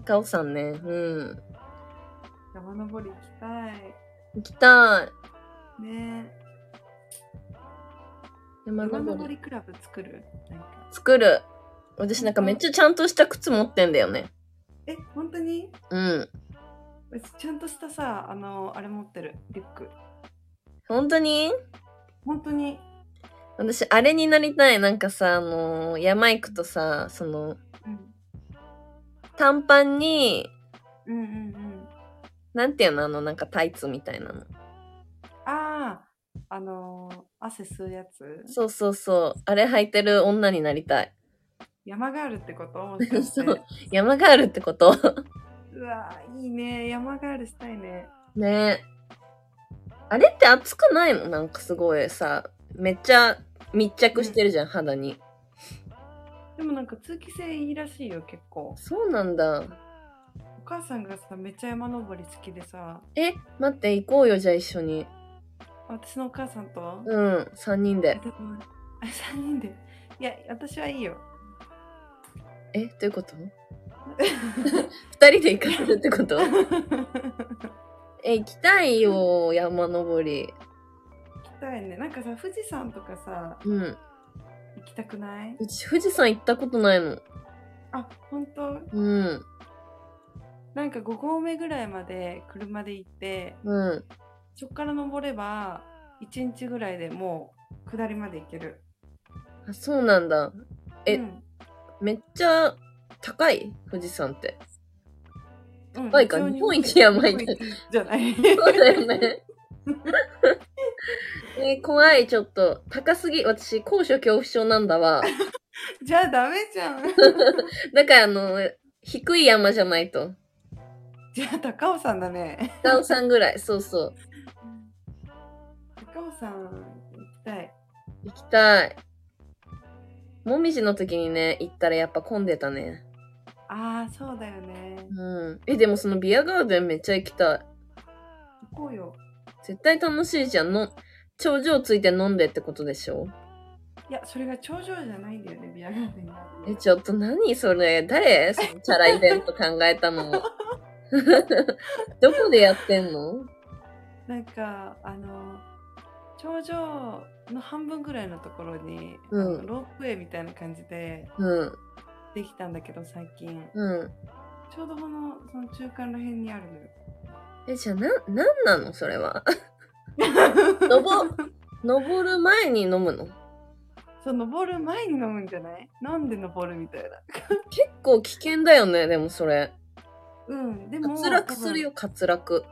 Speaker 2: 高尾さんね。うん。
Speaker 1: 山登り行きたい。
Speaker 2: 行きたい。
Speaker 1: ねえ。
Speaker 2: 山
Speaker 1: 山
Speaker 2: 登
Speaker 1: 登
Speaker 2: り。
Speaker 1: りクラブ作るなんか。
Speaker 2: 作る。私なんかめっちゃちゃんとした靴持ってんだよね。
Speaker 1: え、本当に
Speaker 2: うん。
Speaker 1: 私ちゃんとしたさ、あの、あれ持ってる。リュック。
Speaker 2: 本当に
Speaker 1: 本当に。
Speaker 2: 私、あれになりたい。なんかさ、あのー山行くとさ、その、
Speaker 1: うん。
Speaker 2: 短パンに、
Speaker 1: うんうんうん。
Speaker 2: なんていうのあの、なんかタイツみたいなの。
Speaker 1: ああ、あのー汗吸うやつ。
Speaker 2: そうそうそう。あれ履いてる女になりたい。
Speaker 1: 山ガールってこともしかして。
Speaker 2: そう山ガールってこと
Speaker 1: うわーいいね山ガールしたいね
Speaker 2: ねえ。あれって熱くないのなんかすごいさ、めっちゃ密着してるじゃん、肌に。
Speaker 1: でもなんか通気性いいらしいよ結構
Speaker 2: そうなんだ。
Speaker 1: お母さんがさめっちゃ山登り好きでさ
Speaker 2: え、待って、行こうよ、じゃあ一緒に。
Speaker 1: 私のお母さんと、
Speaker 2: うん、3人で。
Speaker 1: でもあ3人でいや私はいいよ
Speaker 2: え、どういうこと 二人で行かせるってこと
Speaker 1: 行き
Speaker 2: え、行きたいよ、山登り。
Speaker 1: たいねなんかさ富士山とかさ
Speaker 2: うん。
Speaker 1: 行きたくないう
Speaker 2: ち富士山行ったことないの。
Speaker 1: あ本当
Speaker 2: うん。
Speaker 1: なんか5合目ぐらいまで車で行って
Speaker 2: うん。
Speaker 1: そっから登れば1日ぐらいでもう下りまで行ける
Speaker 2: あ、そうなんだ。え
Speaker 1: うん
Speaker 2: めっちゃ高い富士山って。
Speaker 1: うん
Speaker 2: 高いか
Speaker 1: 非常に
Speaker 2: 日本一
Speaker 1: 日
Speaker 2: 山行
Speaker 1: 本
Speaker 2: け
Speaker 1: 一じゃない
Speaker 2: そうだよね。 えー怖い、ちょっと。高すぎ。私、高所恐怖症なんだわ。
Speaker 1: じゃあダメじゃ ん。
Speaker 2: だから、あの、低い山じゃないと。
Speaker 1: じゃあ高尾さんだね。
Speaker 2: ダウさんぐらい。そうそう。
Speaker 1: 高尾さん行きたい。
Speaker 2: 行きたい。もみじの時にね、行ったらやっぱ混んでたね。
Speaker 1: ああそうだよね。
Speaker 2: うん。え、でもそのビアガーデンめっちゃ行きたい。
Speaker 1: 行こうよ。
Speaker 2: 絶対楽しいじゃん。の頂上ついて飲んでってことでしょ
Speaker 1: いやそれが頂上じゃないんだよねビアガーデンが。
Speaker 2: え、ちょっと何それ誰そのチャライベント考えたの どこでやってんの
Speaker 1: なんかあの頂上の半分ぐらいのところに、
Speaker 2: うん
Speaker 1: あのロープウェイみたいな感じで
Speaker 2: うん。
Speaker 1: できたんだけど最近
Speaker 2: うん。
Speaker 1: ちょうどこのその中間ら辺にあるの よ。
Speaker 2: え、じゃあな、なんなのそれは。登登る前に飲むの
Speaker 1: そう登る前に飲むんじゃない飲んで登るみたいな。
Speaker 2: 結構危険だよね、でもそれ。
Speaker 1: うんでも
Speaker 2: 滑落するよ、滑落。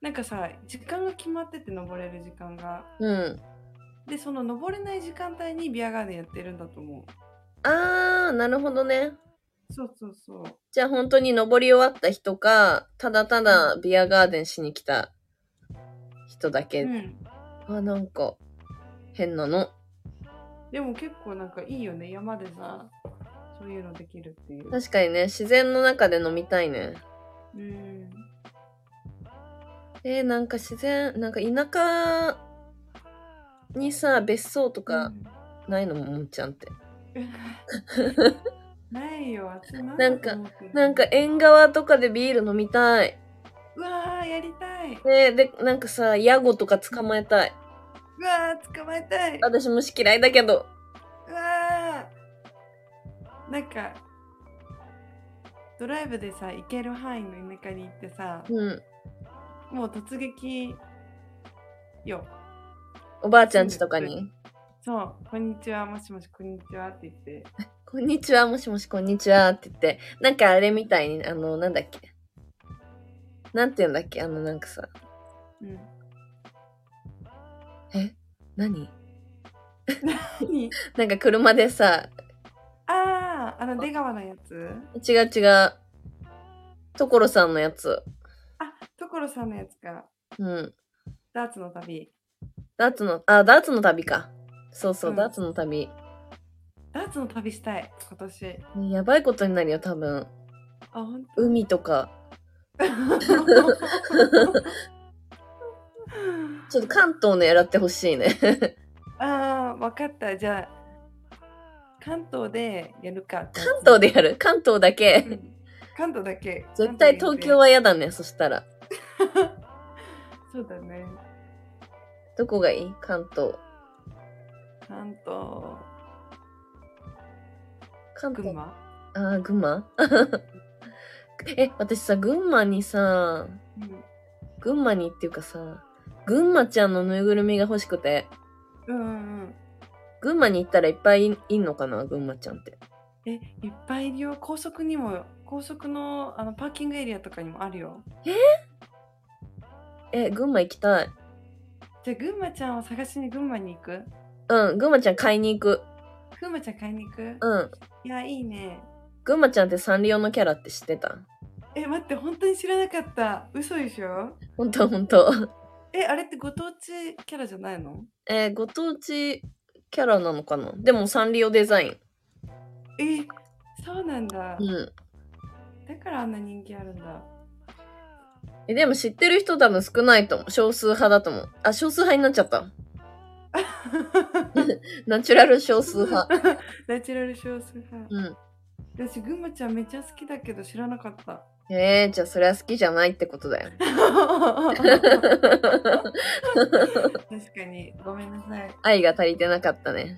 Speaker 1: なんかさ時間が決まってて登れる時間が
Speaker 2: うん。
Speaker 1: でその登れない時間帯にビアガーデンやってるんだと思
Speaker 2: あー、なるほどね。
Speaker 1: うそうそうそう
Speaker 2: じゃあ本当に登り終わった人か、ただただビアガーデンしに来た人だけ。
Speaker 1: うん
Speaker 2: あ、なんか、変なの。
Speaker 1: でも結構なんかいいよね山でさそういうのできるっていう
Speaker 2: 確かにね、自然の中で飲みたいね。
Speaker 1: うん
Speaker 2: えー、なんか自然、なんか田舎にさ、別荘とかないの、もんちゃんって。
Speaker 1: うん ないよ私なん
Speaker 2: な
Speaker 1: だ
Speaker 2: んか
Speaker 1: と思ってる
Speaker 2: なんか縁側とかでビール飲みたい。
Speaker 1: うわーやりたいうわ
Speaker 2: ねで、なんかさ、ヤゴとか捕まえたい。
Speaker 1: ー捕まえたいうわ
Speaker 2: 私虫嫌いだけど。
Speaker 1: ーなんかドライブでさ行ける範囲の田舎に行ってさ
Speaker 2: うん。
Speaker 1: もう突撃よ
Speaker 2: おばあちゃんちとかに。
Speaker 1: そう「こんにちはもしもしこんにちは」って言って
Speaker 2: こんにちは、もしもし、こんにちはって言って、なんかあれみたいに、あの、なんだっけ。なんて言うんだっけ、あの、なんかさ、
Speaker 1: うん
Speaker 2: え何
Speaker 1: 何
Speaker 2: なんか車でさ、
Speaker 1: あああの出川のやつ
Speaker 2: 違う違う、所さんのやつ。
Speaker 1: あ所さんのやつか
Speaker 2: うん。
Speaker 1: ダーツの旅
Speaker 2: ダーツの、あ、ダーツの旅か。そうそう、
Speaker 1: うん
Speaker 2: ダーツの旅。
Speaker 1: ダーツの旅したい今年
Speaker 2: やばいことになるよ、多分。
Speaker 1: あ本当
Speaker 2: 海とか。ちょっと関東狙ってほし いね。
Speaker 1: あー分かったじゃあ関東でやるか関
Speaker 2: 関東でやる関東だけ。
Speaker 1: 関東だけ
Speaker 2: 絶対東京は嫌だね、そしたら。
Speaker 1: 関東限定そうだね
Speaker 2: どこがいい関東。
Speaker 1: 関東
Speaker 2: 関東
Speaker 1: 群。馬
Speaker 2: あー、群馬 え、私さ、群馬にさ、群馬にっていうかさ、群馬ちゃんのぬいぐるみが欲しくて、
Speaker 1: うんうんうん
Speaker 2: 群馬に行ったらいっぱいいいんのかな、群馬ちゃんって。
Speaker 1: えいっぱいいるよ高速にも高速のあのパーキングエリアとかにもあるよ
Speaker 2: え、群馬行きたい。
Speaker 1: じゃあ群馬ちゃんを探しに群馬に行く
Speaker 2: うん、群馬ちゃん買いに行く。
Speaker 1: 群馬ちゃん買いに行く、
Speaker 2: うん。
Speaker 1: いやいいね
Speaker 2: 群馬ちゃんってサンリオのキャラって知ってた
Speaker 1: え待って本当に知らなかった嘘でしょ
Speaker 2: ほんとほんと。
Speaker 1: えあれってご当地キャラじゃないの
Speaker 2: えーご当地キャラなのかなでもサンリオデザイン。
Speaker 1: えそうなんだ、
Speaker 2: うん。
Speaker 1: だからあんな人気あるんだ
Speaker 2: え、でも知ってる人多分少ないと思う。少数派だと思う。あ、少数派になっちゃった。ナチュラル少数派。
Speaker 1: ナチュラル少数派、
Speaker 2: うん。
Speaker 1: 私群馬ちゃんめっちゃ好きだけど知らなかった
Speaker 2: えー、じゃあそれは好きじゃないってことだよ。
Speaker 1: 確かにごめんなさい
Speaker 2: 愛が足りてなかったね。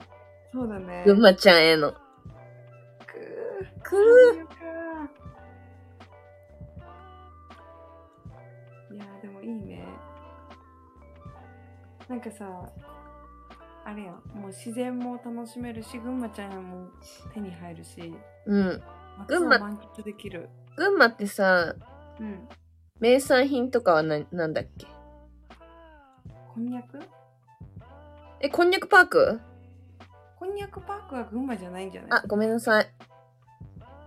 Speaker 1: そうだね
Speaker 2: 群馬ちゃんへの。
Speaker 1: く
Speaker 2: く
Speaker 1: ーいやーでもいいねなんかさあれやんもう自然も楽しめるし群馬ちゃんも手に入るし
Speaker 2: うん。
Speaker 1: 夏
Speaker 2: 群
Speaker 1: を
Speaker 2: 馬
Speaker 1: 満喫できる
Speaker 2: 群馬ってさ、
Speaker 1: うん
Speaker 2: 名産品とかはな、なんだっけ
Speaker 1: こんにゃく
Speaker 2: え、こんにゃくパーク
Speaker 1: こんにゃくパークは群馬じゃないんじゃない
Speaker 2: あ、ごめんなさい。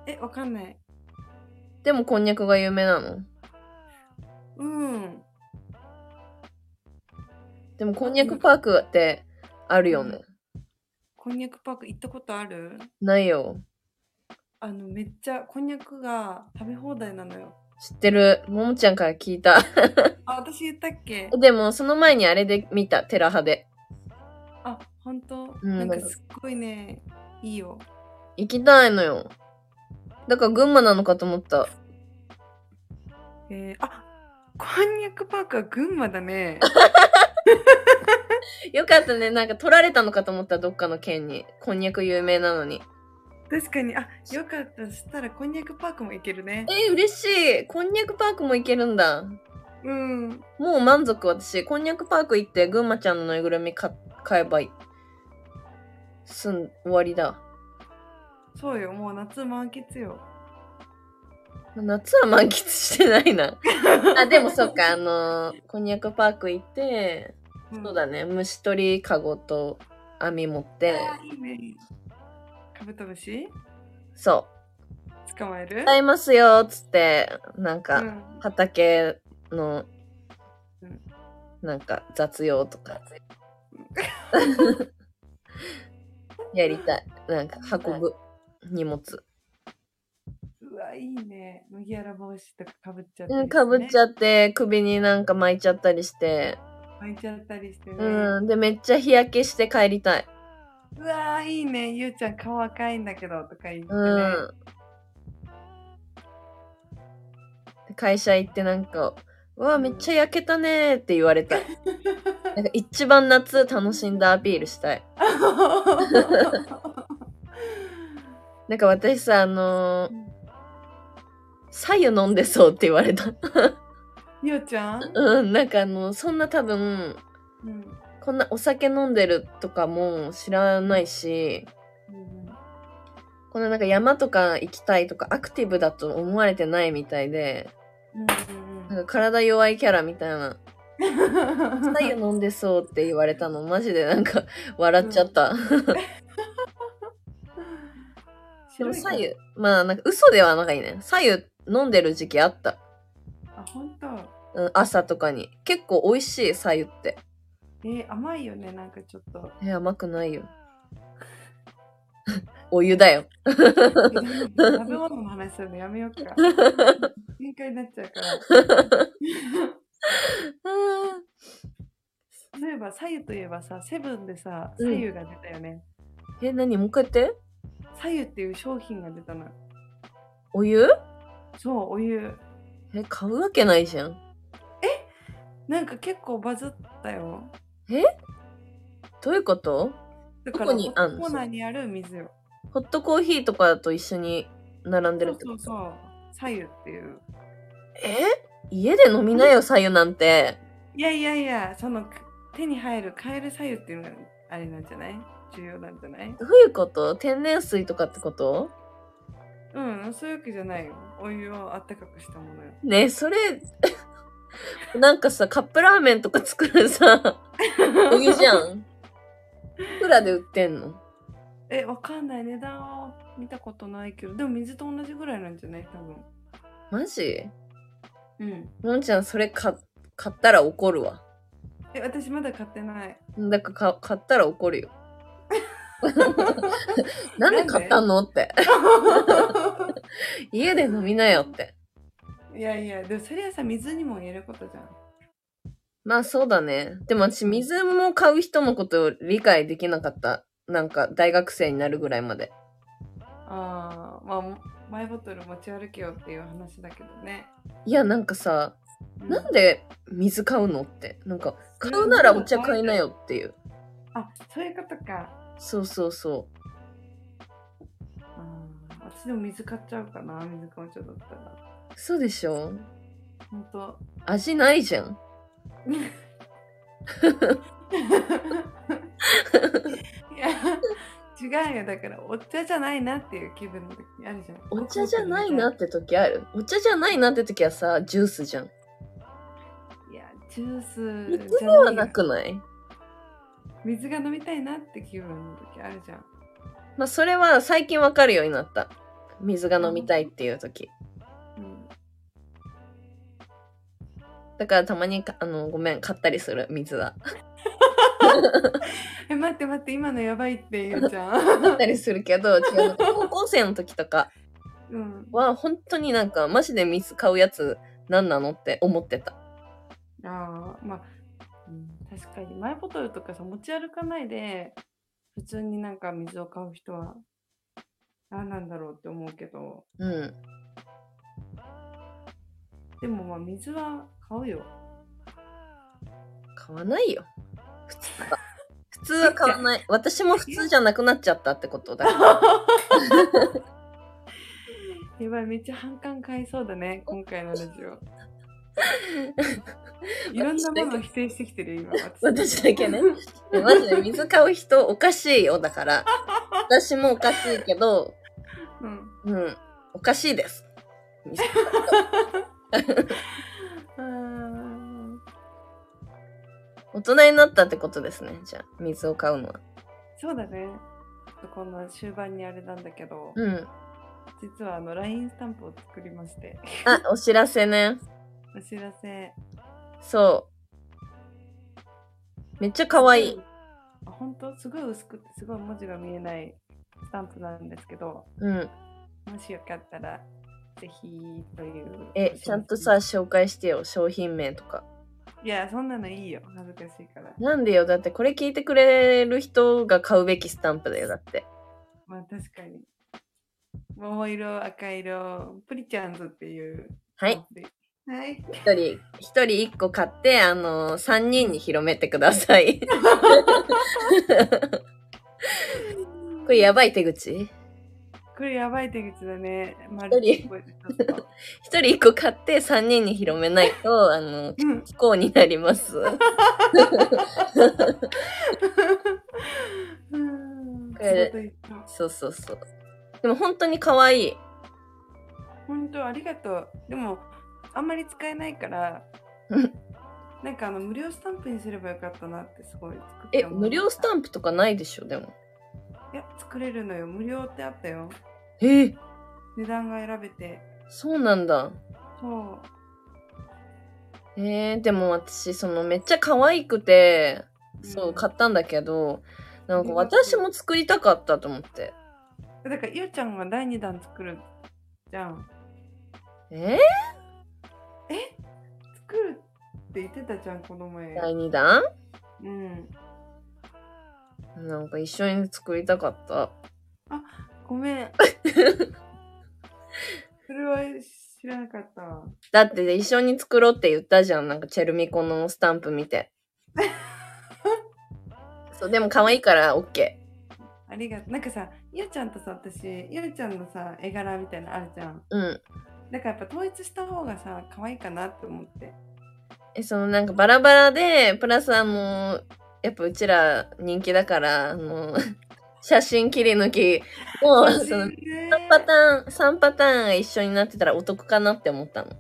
Speaker 1: え、わかんない。
Speaker 2: でもこんにゃくが有名なの
Speaker 1: うん。
Speaker 2: でもこんにゃくパークってあるよね。
Speaker 1: こんにゃくパーク行ったことある
Speaker 2: ないよ。
Speaker 1: あの、めっちゃ、こんにゃくが食べ放題なのよ。
Speaker 2: 知ってる。ももちゃんから聞いた。
Speaker 1: あ、私言ったっけ
Speaker 2: でもその前にあれで見た、テラハで。
Speaker 1: あ、本当、
Speaker 2: うん
Speaker 1: なん
Speaker 2: なん
Speaker 1: か
Speaker 2: か
Speaker 1: すっごいね、いいよ。
Speaker 2: 行きたいのよ。だから群馬なのかと思った。
Speaker 1: えー、あ、こんにゃくパークは群馬だ ね。
Speaker 2: よかったね。なんか取られたのかと思った、どっかの県に。こんにゃく有名なのに。
Speaker 1: 確かに、あ、よかった。そしたら、こんにゃくパークも行けるね。
Speaker 2: えー、嬉しい。こんにゃくパークも行けるんだ。
Speaker 1: うん。
Speaker 2: もう満足私。こんにゃくパーク行って、群馬ちゃんのぬいぐるみ買買えばいい。すん、終わりだ。
Speaker 1: そうよ、もう夏満喫よ。
Speaker 2: 夏は満喫してないな。 あ、でもそっか、あのーこんにゃくパーク行って、
Speaker 1: うん
Speaker 2: そうだね、虫取りかごと網持って、
Speaker 1: あいいね。カブトムシ
Speaker 2: そ
Speaker 1: 捕まえる
Speaker 2: う、買いますよ、つって、なん
Speaker 1: う
Speaker 2: か、
Speaker 1: ん、
Speaker 2: 畑の
Speaker 1: うん、
Speaker 2: なんか雑用と か。やりたい。なんか運ぶ荷物。
Speaker 1: うわ、いいね。麦わら帽子とかかぶっちゃった
Speaker 2: うん、かぶっち
Speaker 1: ゃ
Speaker 2: ゃって、首になんか巻いちゃったりして、
Speaker 1: 巻いちゃったりしてね。
Speaker 2: うん、で、めっちゃ日焼けして帰りたい。
Speaker 1: うわーいいねゆうちゃん顔赤いんだけどとか言ってね、
Speaker 2: うん。で会社行ってなんか、うわ、めっちゃ焼けたねーって言われた い。なんか一番夏楽しんだアピールしたい。なんか私さ、あのー
Speaker 1: うん
Speaker 2: 左右飲んでそうって言われた。
Speaker 1: ゆうちゃん、
Speaker 2: うん、なんかあの、そんな多分、
Speaker 1: うん
Speaker 2: こんなお酒飲んでるとかも知らないし、
Speaker 1: うん
Speaker 2: このなんか山とか行きたいとかアクティブだと思われてないみたいで、
Speaker 1: うん
Speaker 2: なんか体弱いキャラみたいな、
Speaker 1: うん
Speaker 2: 左右飲んでそうって言われ たの、マジでなんか 笑っちゃった。で
Speaker 1: 白
Speaker 2: も
Speaker 1: い
Speaker 2: 左右、まあなんか嘘ではなんかいいね。左右飲んでる時期あった。
Speaker 1: あ本当
Speaker 2: うん、朝とかに。結構美味しい、左右って。
Speaker 1: えー甘いよねなんかちょっと
Speaker 2: え、甘くないよ。 お湯だよ。
Speaker 1: 食べ物の話するのやめようか限界になっちゃうからそういえば左右といえばさセブンでさ
Speaker 2: うん
Speaker 1: 左右が出たよね、
Speaker 2: え、何もう一回言って。
Speaker 1: 左右っていう商品が出たの
Speaker 2: お湯
Speaker 1: そうお湯
Speaker 2: え、買うわけないじゃん。
Speaker 1: なんか結構バズったよ
Speaker 2: どういうこと
Speaker 1: だから
Speaker 2: どこにあんの
Speaker 1: コーナーにある水よ
Speaker 2: ホットコーヒーとかと一緒に並んでる
Speaker 1: そ
Speaker 2: っ
Speaker 1: う
Speaker 2: て
Speaker 1: そ
Speaker 2: こ
Speaker 1: う
Speaker 2: と
Speaker 1: そう左右っていう
Speaker 2: え家で飲みなよ、左右なんて。
Speaker 1: いやいやいやその手に入る買える左右っていうのがあれなんじゃない重要なんじゃない
Speaker 2: どういうこと天然水とかってこと
Speaker 1: うんそういうわけじゃないよお湯をあったかくしたものよ
Speaker 2: ねえ、それ、 なんかさ、カップラーメンとか作る さ、お湯じゃん。いくらで売ってんの
Speaker 1: えわかんない値段は見たことないけどでも水と同じぐらいなんじゃない多分
Speaker 2: マジ
Speaker 1: うん
Speaker 2: のんちゃん、それ買買ったら怒るわ。
Speaker 1: え私まだ買って ない
Speaker 2: だからか買ったら怒るよ。なんで買ったのって。家で飲みなよって。
Speaker 1: いやいやでもそれはさ水にも言えることじゃん
Speaker 2: まあそうだね。でも私、水も買う人のことを理解できなかった。なんか、大学生になるぐらいまで。
Speaker 1: あーまあマイボトル持ち歩けよっていう話だけどね、
Speaker 2: いや、なんかさ、
Speaker 1: う
Speaker 2: なんで水買うのって。なんか、買うならお茶買いなよっていう。
Speaker 1: あそういうことか
Speaker 2: そうそうそ
Speaker 1: あー私でも水買っちゃうかな水かもちょっとだったら
Speaker 2: う。そうでしょ
Speaker 1: ほん と
Speaker 2: 味ないじゃん。
Speaker 1: いや違うよだからお茶じゃないなっていう気分の時あるじゃん
Speaker 2: お茶じゃないなって時ある。お茶じゃないなって時はさ、ジュースじゃん。
Speaker 1: いやジュース
Speaker 2: 水
Speaker 1: じ
Speaker 2: で
Speaker 1: ゃ
Speaker 2: は
Speaker 1: ない
Speaker 2: なくない
Speaker 1: 水が飲みたいなって気分の時あるじゃん。
Speaker 2: まあ、それは最近わかるようになった。水が飲みたいっていう時。
Speaker 1: うん、
Speaker 2: だからたまにか、あの、ごめん、買ったりする、水は。
Speaker 1: え、待って待って、今のやばいって言うじゃ
Speaker 2: 買っ
Speaker 1: ん。
Speaker 2: たりするけど、違う。高校生の時とか
Speaker 1: うん。
Speaker 2: は、本当になんか、マジで水買うやつ、何なのって思ってた。
Speaker 1: ああ、まあ、うん、確かに。マイボトルとかさ、持ち歩かないで、普通になんか水を買う人は、何なんだろうって思うけど、
Speaker 2: うん。
Speaker 1: でもまあ、水は買うよ。
Speaker 2: 買わないよ。普通は。普通は買わない。私も普通じゃなくなっちゃったってことだから。
Speaker 1: やばい、めっちゃ反感買いそうだね、今回のラジ オ。いろんなものを否定してきてる、今。
Speaker 2: 私だけね。でマジで水買う人おかしいよ、だから。私もおかしいけど、
Speaker 1: うん。
Speaker 2: うん、おかしいです。
Speaker 1: うーん
Speaker 2: 大人になったってことですね、じゃあ、水を買うのは。
Speaker 1: そうだね。この終盤にあれなんだけど、
Speaker 2: うん。
Speaker 1: 実はあの LINE スタンプを作りまして、
Speaker 2: あ、お知らせね。
Speaker 1: お知らせ。
Speaker 2: そう。めっちゃ可愛い。。
Speaker 1: あ、本当すごい薄くて、すごい文字が見えないスタンプなんですけど、
Speaker 2: うん。
Speaker 1: もしよかったら、ぜひという。
Speaker 2: え、ちゃんとさ、。紹介してよ、商品名とか。
Speaker 1: いや、そんなのいいよ。恥ずかしいから。
Speaker 2: なんでよ、だってこれ聞いてくれる人が買うべきスタンプだよ、だって。
Speaker 1: まあ確かに。桃色、赤色、プリちゃんズっていう。
Speaker 2: はい。。
Speaker 1: はい。
Speaker 2: 一人、一人一個買って、あのー、三人に広めてください。これやばい手口
Speaker 1: これやばい手口だね。ま
Speaker 2: 一人一人一個買って三人に広めない と、あの、
Speaker 1: うん。
Speaker 2: 不幸になります。
Speaker 1: うん。
Speaker 2: これ
Speaker 1: 仕事一緒
Speaker 2: そうそうそう。でも本当に可愛い。
Speaker 1: 本当ありがとう。でも、あんまり使えないから
Speaker 2: うん、
Speaker 1: なんかあの無料スタンプにすればよかったなってすごい作って
Speaker 2: え、無料スタ
Speaker 1: ン
Speaker 2: ンプとかないでしょ、でも。
Speaker 1: プいや、作れるのよ。無料ってあったよ。
Speaker 2: えー
Speaker 1: 値段が選べて。
Speaker 2: そうなんだ。
Speaker 1: そう。
Speaker 2: えー、でも私、そのめっちゃ可愛くて、そう、
Speaker 1: ん
Speaker 2: 買ったんだけど、なん
Speaker 1: あり
Speaker 2: か
Speaker 1: がとう
Speaker 2: 私も作りたかったと思って。
Speaker 1: だから、ゆうちゃんが第2弾作るじゃん。
Speaker 2: え
Speaker 1: 作るって言ってたじゃん、この前
Speaker 2: ー、。第2弾
Speaker 1: うん。
Speaker 2: なんか一緒に作りたかった。
Speaker 1: ごめ ん。それは知らなかったわ。
Speaker 2: だってね一緒に作ろうって言ったじゃん。なんかチェルミコのスタンプ見て。そう、でも可愛いから OK。
Speaker 1: ありがとう。なんかさ、ゆうちゃんとさ、私、ゆうちゃんのさ、絵柄みたいなのあるじゃん。
Speaker 2: うん。
Speaker 1: だからやっぱ統一した方がさ、可愛いかなって思って。
Speaker 2: え、そのなんかバラバラで、プラスあの、やっぱうちら人気だから、あの、 写真切り抜きを、その、
Speaker 1: ね
Speaker 2: 3パターン、3パターンが一緒になってたらお得かなって思ったの。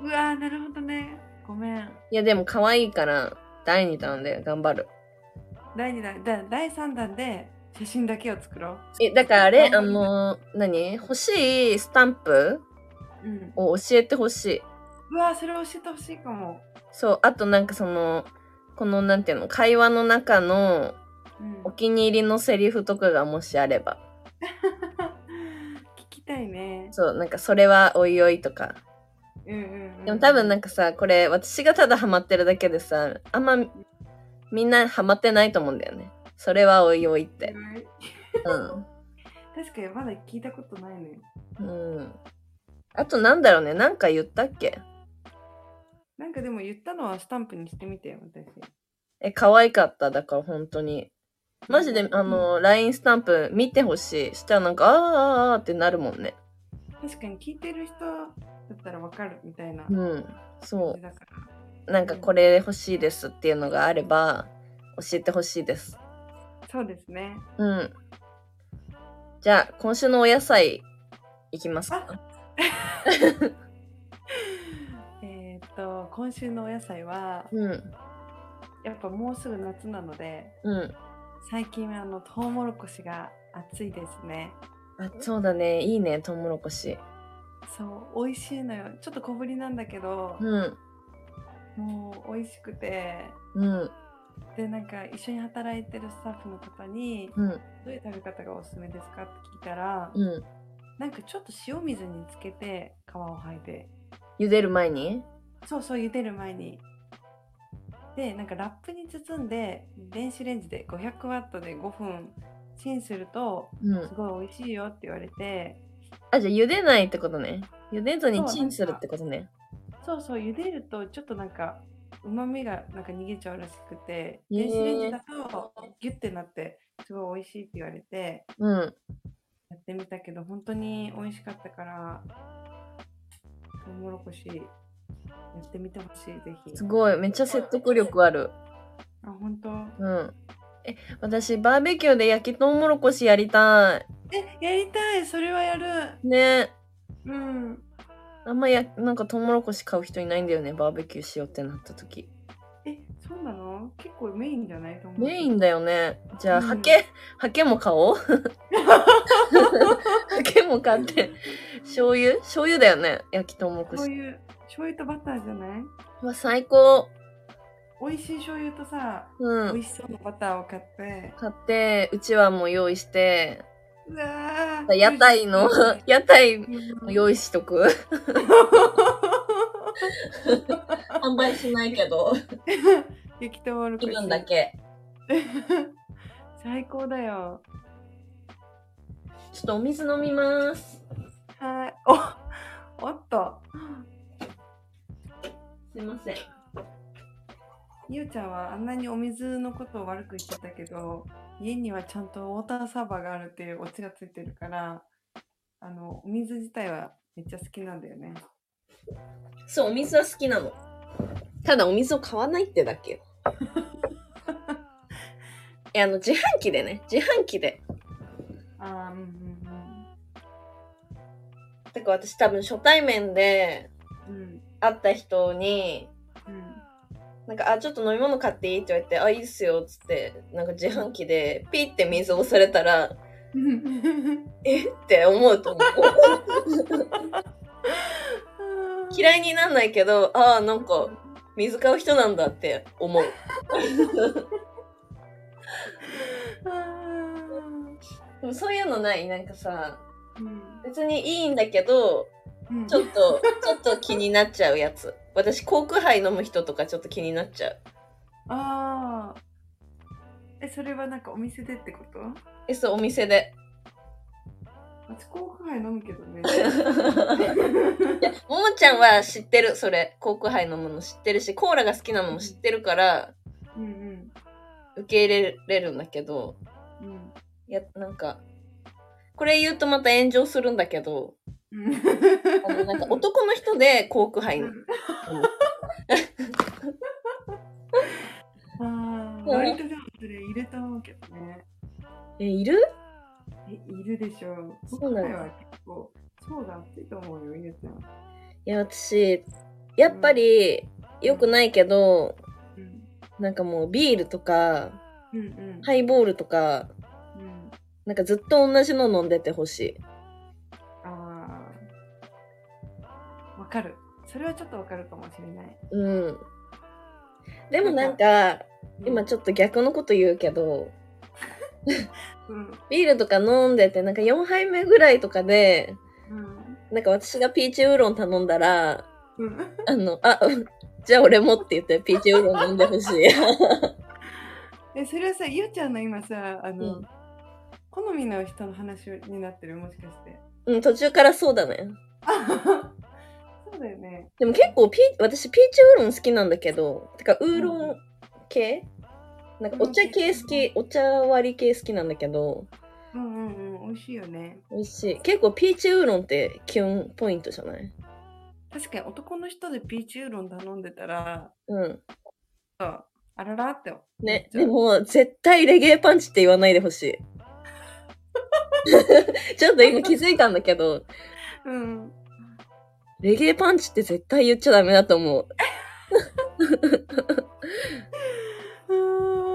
Speaker 1: うわー、なるほどね。ごめん。
Speaker 2: いや、でも可愛いから、第2弾で頑張る。
Speaker 1: 第2弾、だ第3弾で写真だけを作ろう。
Speaker 2: え、だからあれ、あ
Speaker 1: 頑張る
Speaker 2: の、何欲しいスタンプ
Speaker 1: うん、
Speaker 2: を教えてほしい。
Speaker 1: うわー、それ教えてほしいかも。
Speaker 2: そう、あとなんかその、このなんていうの、会話の中の
Speaker 1: うん、
Speaker 2: お気に入りのセリフとかがもしあれば。
Speaker 1: 聞きたいね。
Speaker 2: そう、なんかそれはおいおいとか。
Speaker 1: うんうん、うん。
Speaker 2: でも多分なん
Speaker 1: か、
Speaker 2: かさ、これ私がただハマってるだけでさ、あんまみんなハマってないと思うんだよね。それはおいおいって。うん。
Speaker 1: 確かにまだ聞いたことないね。
Speaker 2: うん。あとなんだろうね、なんか言ったっけ
Speaker 1: なんかでも言ったのはスタンプにしてみてよ、私。
Speaker 2: え、可愛かった。だから本当に。マジで、あの、LINE スタンプ見てほしい。したらなんか、あーあーあーってなるもんね。
Speaker 1: 確かに聞いてる人だったらわかるみたいな
Speaker 2: う
Speaker 1: 感
Speaker 2: ん。そう
Speaker 1: じ。だから。
Speaker 2: なんかこれ欲しいですっていうのがあれば教えてほしいです。
Speaker 1: そうですね。
Speaker 2: うん。じゃあ今週のお野菜いきますか。
Speaker 1: えーっと、今週のお野菜は、
Speaker 2: うん。
Speaker 1: やっぱもうすぐ夏なので
Speaker 2: うん。
Speaker 1: 最近はあのトウモロコシが暑いですね
Speaker 2: あ、そうだね。いいね、トウモロコシ。
Speaker 1: そう美味しいのよちょっと小ぶりなんだけど、
Speaker 2: うん。
Speaker 1: もう美味しくて
Speaker 2: うん。
Speaker 1: でなんか一緒に働いてるスタッフの方に
Speaker 2: うん。
Speaker 1: どういう食べ方がおすすめですかって聞いたら、
Speaker 2: うん。
Speaker 1: なんかちょっと塩水につけて皮を剥いで
Speaker 2: 茹でる前に
Speaker 1: そうそう茹でる前にでなんかラップに包んで電子レンジで500ワットで5分チンすると
Speaker 2: うん
Speaker 1: す。ごい美味しいよって言われて
Speaker 2: あ、じゃあ茹でないってことね。茹でずに
Speaker 1: そう
Speaker 2: チンするってことね。
Speaker 1: そうそう茹でるとちょっとなんかうまみがなんか逃げちゃうらしくて
Speaker 2: へー
Speaker 1: 電子レンジだとギュッてなってすごい美味しいって言われて
Speaker 2: うん。
Speaker 1: やってみたけど本当に美味しかったからトウモロコシやってみてほしいぜひ
Speaker 2: すごい。めっちゃ説得力ある。
Speaker 1: あ本当
Speaker 2: うん。え、私、バーベキューで焼きトウモロコシやりたい。
Speaker 1: えやりたいそれはやる
Speaker 2: ね
Speaker 1: うん
Speaker 2: あんまや、なんかトウモロコシ買う人いないんだよね。バーベキューしようってなった時。
Speaker 1: えそうなの結構メインじゃないと思う
Speaker 2: メインだよね。じゃあ、
Speaker 1: うん
Speaker 2: ハケ、ハケも買おう。 ハケも買って。醤油醤油だよね。焼きトウモロコ
Speaker 1: 醤
Speaker 2: シ。
Speaker 1: 油醤油とバターじゃないう
Speaker 2: わ、最高。
Speaker 1: 美味しい醤油とさ、
Speaker 2: う
Speaker 1: 美
Speaker 2: ん。
Speaker 1: 味しそうなバターを買って
Speaker 2: 買って、うちわも用意して、
Speaker 1: うわー
Speaker 2: 屋台 の、屋台も 用意しとく。販売しないけど、
Speaker 1: 雪とモロコ
Speaker 2: 気
Speaker 1: シ
Speaker 2: 分だけ。
Speaker 1: 最高だよ
Speaker 2: ちょっとお水飲みます。
Speaker 1: はいおおっと
Speaker 2: すいません。
Speaker 1: ゆうちゃんはあんなにお水のことを悪く言ってたけど家にはちゃんとウォーターサーバーがあるっていうオチがついてるからあのお水自体はめっちゃ好きなんだよね
Speaker 2: そう、お水は好きなの。ただお水を買わないってだけよ。いや、あの、自販機でね。自販機で。
Speaker 1: あーうんうん
Speaker 2: だから私多分初対面で
Speaker 1: うんうん
Speaker 2: 会った人に、
Speaker 1: うん
Speaker 2: なんか、あ、ちょっと飲み物買っていいって言われて、あ、いいっすよ、っつって、なんか自販機でピって水を押されたら、えって思うと思う。 嫌いになんないけど、ああ、なんか、水買う人なんだって思う。でもそういうのないなんかさ、別にいいんだけど、
Speaker 1: うん
Speaker 2: ちょっと、ちょっと気になっちゃうやつ。私、コークハイ飲む人とかちょっと気になっちゃう。
Speaker 1: ああえそれはなんかお店でってこと
Speaker 2: え、そう、お店 で。
Speaker 1: 私コークハイ飲むけどね
Speaker 2: いや、ももちゃんは知ってる、それ。コークハイ飲むの知ってるし、コーラが好きなのも知ってるから、
Speaker 1: うんうん
Speaker 2: 受け入れれるんだけど、
Speaker 1: うん
Speaker 2: いや、なんか、これ言うとまた炎上するんだけど、
Speaker 1: うん
Speaker 2: あのなんか男の人でコークハイ飲む。
Speaker 1: ああ、
Speaker 2: うん
Speaker 1: 割とでもそれいると思うけどね。
Speaker 2: え、いる
Speaker 1: え、いるでしょう。
Speaker 2: そうなの
Speaker 1: 今回は結構、そうだ、熱いと思うよ、ゆうちゃん。
Speaker 2: いや、私、やっぱり、良くないけど、
Speaker 1: うん。
Speaker 2: なんかもうビールとか、
Speaker 1: うんうん。
Speaker 2: ハイボールとか、
Speaker 1: うん、
Speaker 2: なんかずっと同じの飲んでてほし
Speaker 1: ああ。わかる。それはちょっとわかるかもしれない。
Speaker 2: い。うん。でもなんか、今ち
Speaker 1: ょっ
Speaker 2: ょっと逆のこと言うけど、
Speaker 1: と。うん。
Speaker 2: ビールとか飲んでて、なんか4杯目ぐらいとかで、
Speaker 1: うん。
Speaker 2: なんか私がピーチウーロン頼んだ ら、
Speaker 1: うん。
Speaker 2: あの、あ、 うんじゃあ俺もって言ってピーチウーロン飲んでほしい。
Speaker 1: え、それはさ、ゆうちゃんの今さ、あの、
Speaker 2: うん
Speaker 1: 好みの人の話になってる、もしかして。
Speaker 2: うん、途中からそうだね。
Speaker 1: そうだよね。
Speaker 2: でも結構ピー、私ピーチウーロン好きなんだけど、てかウーロン系なんかお茶系好き、お茶割り系好きなんだけど、
Speaker 1: うんうんうん、美味しいよね。
Speaker 2: 美味しい。結構ピーチウーロンってキュンポイントじゃない
Speaker 1: 確かに男の人でピーチウーロン頼んでたら、
Speaker 2: うん。
Speaker 1: そうあららって。
Speaker 2: ね、
Speaker 1: 思っちゃ
Speaker 2: で
Speaker 1: う
Speaker 2: も絶対レゲエパンチって言わない でほしい。ちょっと今気づいたんだけど、
Speaker 1: うん。
Speaker 2: レゲエパンチって絶対言っちゃダメだと思う。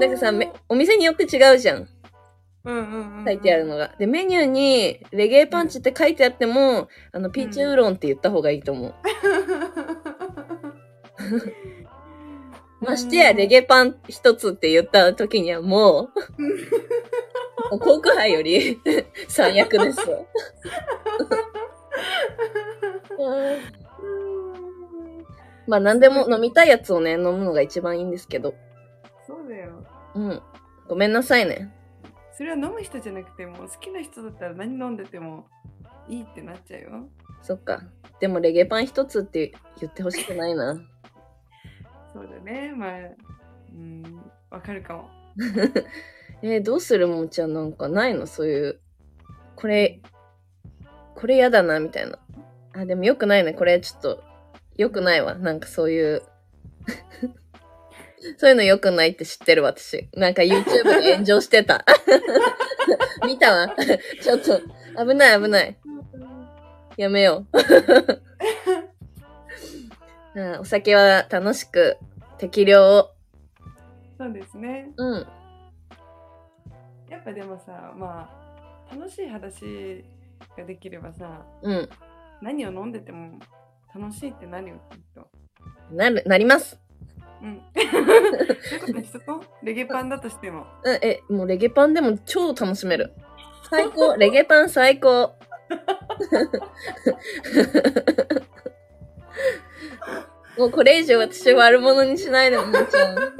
Speaker 2: なんかさ、めお店によって違うじゃん。
Speaker 1: うんうんうんうん
Speaker 2: 書いて あるのが。で、メニューにレゲエパンチって書いてあっても、あの、ピーチウーロンって言った方がいいと思う。ましてや、レゲエパン一つって言った時にはもう、もう航空杯より 最悪です。
Speaker 1: うん
Speaker 2: まあ、何でも飲みたいやつをね、飲むのが一番いいんですけど。
Speaker 1: そうだよ。
Speaker 2: うん。ごめんなさいね。
Speaker 1: それは飲む人じゃなくても、好きな人だったら何飲んでてもいいってなっちゃうよ。
Speaker 2: そっか。でも、レゲエパン一つって言ってほしくないな。
Speaker 1: そうだね。まあ、うん、わかるかも。
Speaker 2: えーどうするもんちゃんなんかないのそういう、これ、これやだな、みたいな。あ、でもよくないね。これちょっと、よくないわ。なんかそういう、 そういうのよくないって知ってる私。なんか YouTube で炎上してた。 見たわ。ちょっと、危ない危ない。やめよう。 あーお酒は楽しく、適量を。
Speaker 1: そうですね。
Speaker 2: うん。
Speaker 1: やっぱでもさ、まあ、楽しい話ができればさ、
Speaker 2: うん。
Speaker 1: 何を飲んでても楽しいってなるよ、きっと。
Speaker 2: なる、なります。
Speaker 1: うん。そういうことにしとこうレゲパンだとしても。
Speaker 2: うん、え、もうレゲパンでも超楽しめる。最高、 レゲパン最高。 もうこれ以上私を悪者にしないでもみーちゃん。あ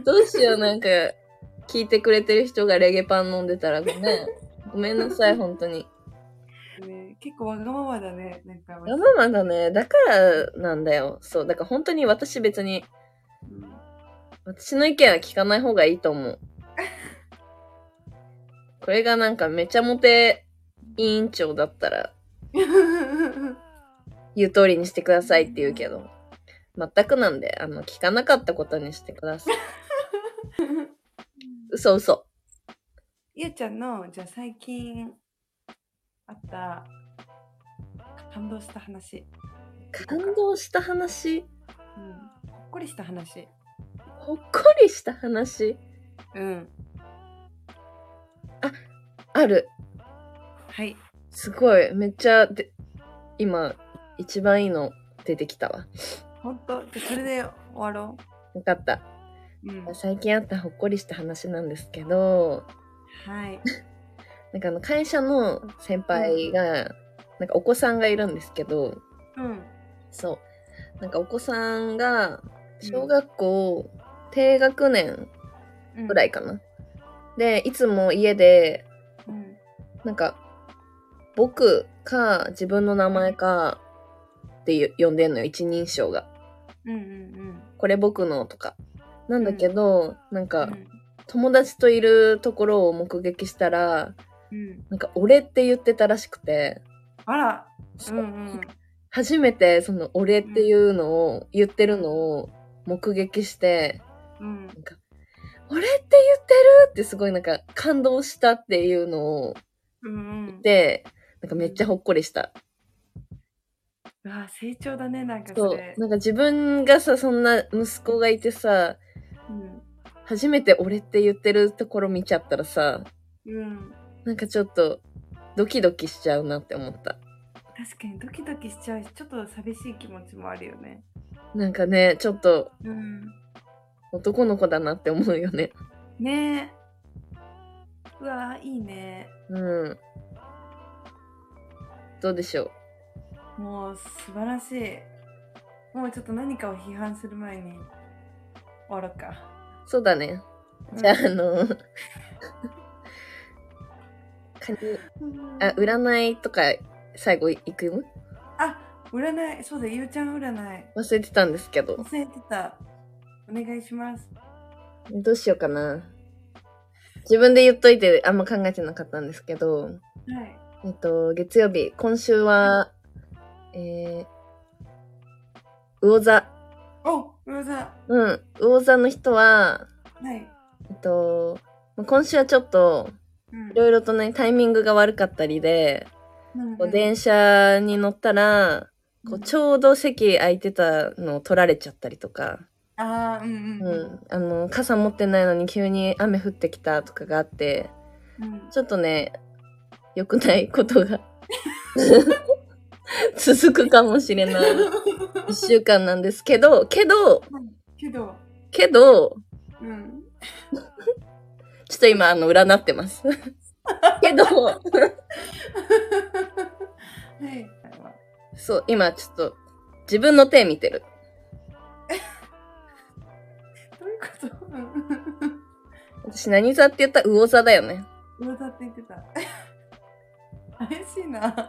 Speaker 2: ーどうしよう、なんか、聞いてくれてる人がレゲパン飲んでたらごめん。ごめんなさい、本当に。
Speaker 1: ね、結構わがままだね。なんか、
Speaker 2: わがままだね。だからなんだよ。そう、だから本当に私別に、
Speaker 1: うん
Speaker 2: 私の意見は聞かない方がいいと思う。これがなんかめちゃモテ委員長だったら言う通りにしてくださいって言うけど、全くなんで、あの、聞かなかったことにしてください。嘘嘘。
Speaker 1: ゆうちゃんのじゃあ最近あった感動した話、
Speaker 2: 感動した話、
Speaker 1: うん、ほっこりした話、
Speaker 2: ほっこりした話、
Speaker 1: うん、
Speaker 2: ある。
Speaker 1: はい
Speaker 2: すごい。めっちゃ、で、今、一番いいの出てきたわ。
Speaker 1: ほんとじゃあそれで終わろ
Speaker 2: よかった。
Speaker 1: う、うん、
Speaker 2: 最近あったほっこりした話なんですけど、
Speaker 1: はい
Speaker 2: なんかあの会社の先輩が、なんかお子さんがいるんですけど、
Speaker 1: うん
Speaker 2: そう。なんかお子さんが、
Speaker 1: うん
Speaker 2: 小学校、低学年
Speaker 1: うん
Speaker 2: ぐらいかな。で、いつも家で、
Speaker 1: うん
Speaker 2: なんか、僕か自分の名前かってよ呼んでんのよ、一人称が。
Speaker 1: うんうん
Speaker 2: これ僕のとか。なんだけど、なん
Speaker 1: う
Speaker 2: か、
Speaker 1: ん
Speaker 2: 友達といるところを目撃したら、
Speaker 1: うん
Speaker 2: なんか、俺って言ってたらしくて、
Speaker 1: あらう
Speaker 2: そ
Speaker 1: ん
Speaker 2: う
Speaker 1: うん
Speaker 2: 初めてその「俺」っていうのを言ってるのを目撃して
Speaker 1: うん
Speaker 2: なんか「俺って言ってる!」ってすごいなんか感動したっていうのを
Speaker 1: うんうん
Speaker 2: でなんかめっちゃほっこりした。
Speaker 1: うわ成長だねなんか
Speaker 2: そ
Speaker 1: そうれ
Speaker 2: なんか自分がさそんな息子がいてさ
Speaker 1: うん
Speaker 2: 初めて「俺」って言ってるところ見ちゃったらさ
Speaker 1: うん
Speaker 2: なんかちょっとドキドキしちゃうなって思った。
Speaker 1: 確かにドキドキしちゃうしちょっと寂しい気持ちもあるよね
Speaker 2: なんかねちょっと
Speaker 1: うん
Speaker 2: 男の子だなって思うよね。
Speaker 1: ねえうわいいね
Speaker 2: うん。どうでしょう
Speaker 1: もう素晴らしいもうちょっと何かを批判する前に終わろうか
Speaker 2: そうだね。じゃあ、あの、カニ
Speaker 1: うん
Speaker 2: あ、占いとか、最後いくの
Speaker 1: あ占いそうだゆうちゃん占い
Speaker 2: 忘れてたんですけど。
Speaker 1: 忘れてたお願いします
Speaker 2: どうしようかな。自分で言っといて、あんま考えてなかったんですけど、
Speaker 1: はい
Speaker 2: えっと、月曜日、今週は、えー、魚座。
Speaker 1: おうざ
Speaker 2: うん、魚座の人は、
Speaker 1: はい
Speaker 2: えっと、まあ今週はちょっと、
Speaker 1: うん
Speaker 2: いろいろとね、タイミングが悪かったりで、
Speaker 1: うん
Speaker 2: こう電車に乗ったら、こうちょうど席空いてたのを取られちゃったりとか、
Speaker 1: うんああ、うんうん。
Speaker 2: うん、あの傘持ってないのに急に雨降ってきたとかがあって
Speaker 1: うん
Speaker 2: ちょっとね良くないことが 続くかもしれない1週間なんですけどけど
Speaker 1: けど、
Speaker 2: けど
Speaker 1: うん。
Speaker 2: ちょっと今あの占ってますけど
Speaker 1: はい。
Speaker 2: そう今ちょっと自分の手見てる
Speaker 1: どういうことうん
Speaker 2: 私何座って言ったら魚座だよね
Speaker 1: 魚座って言ってた。怪しい な。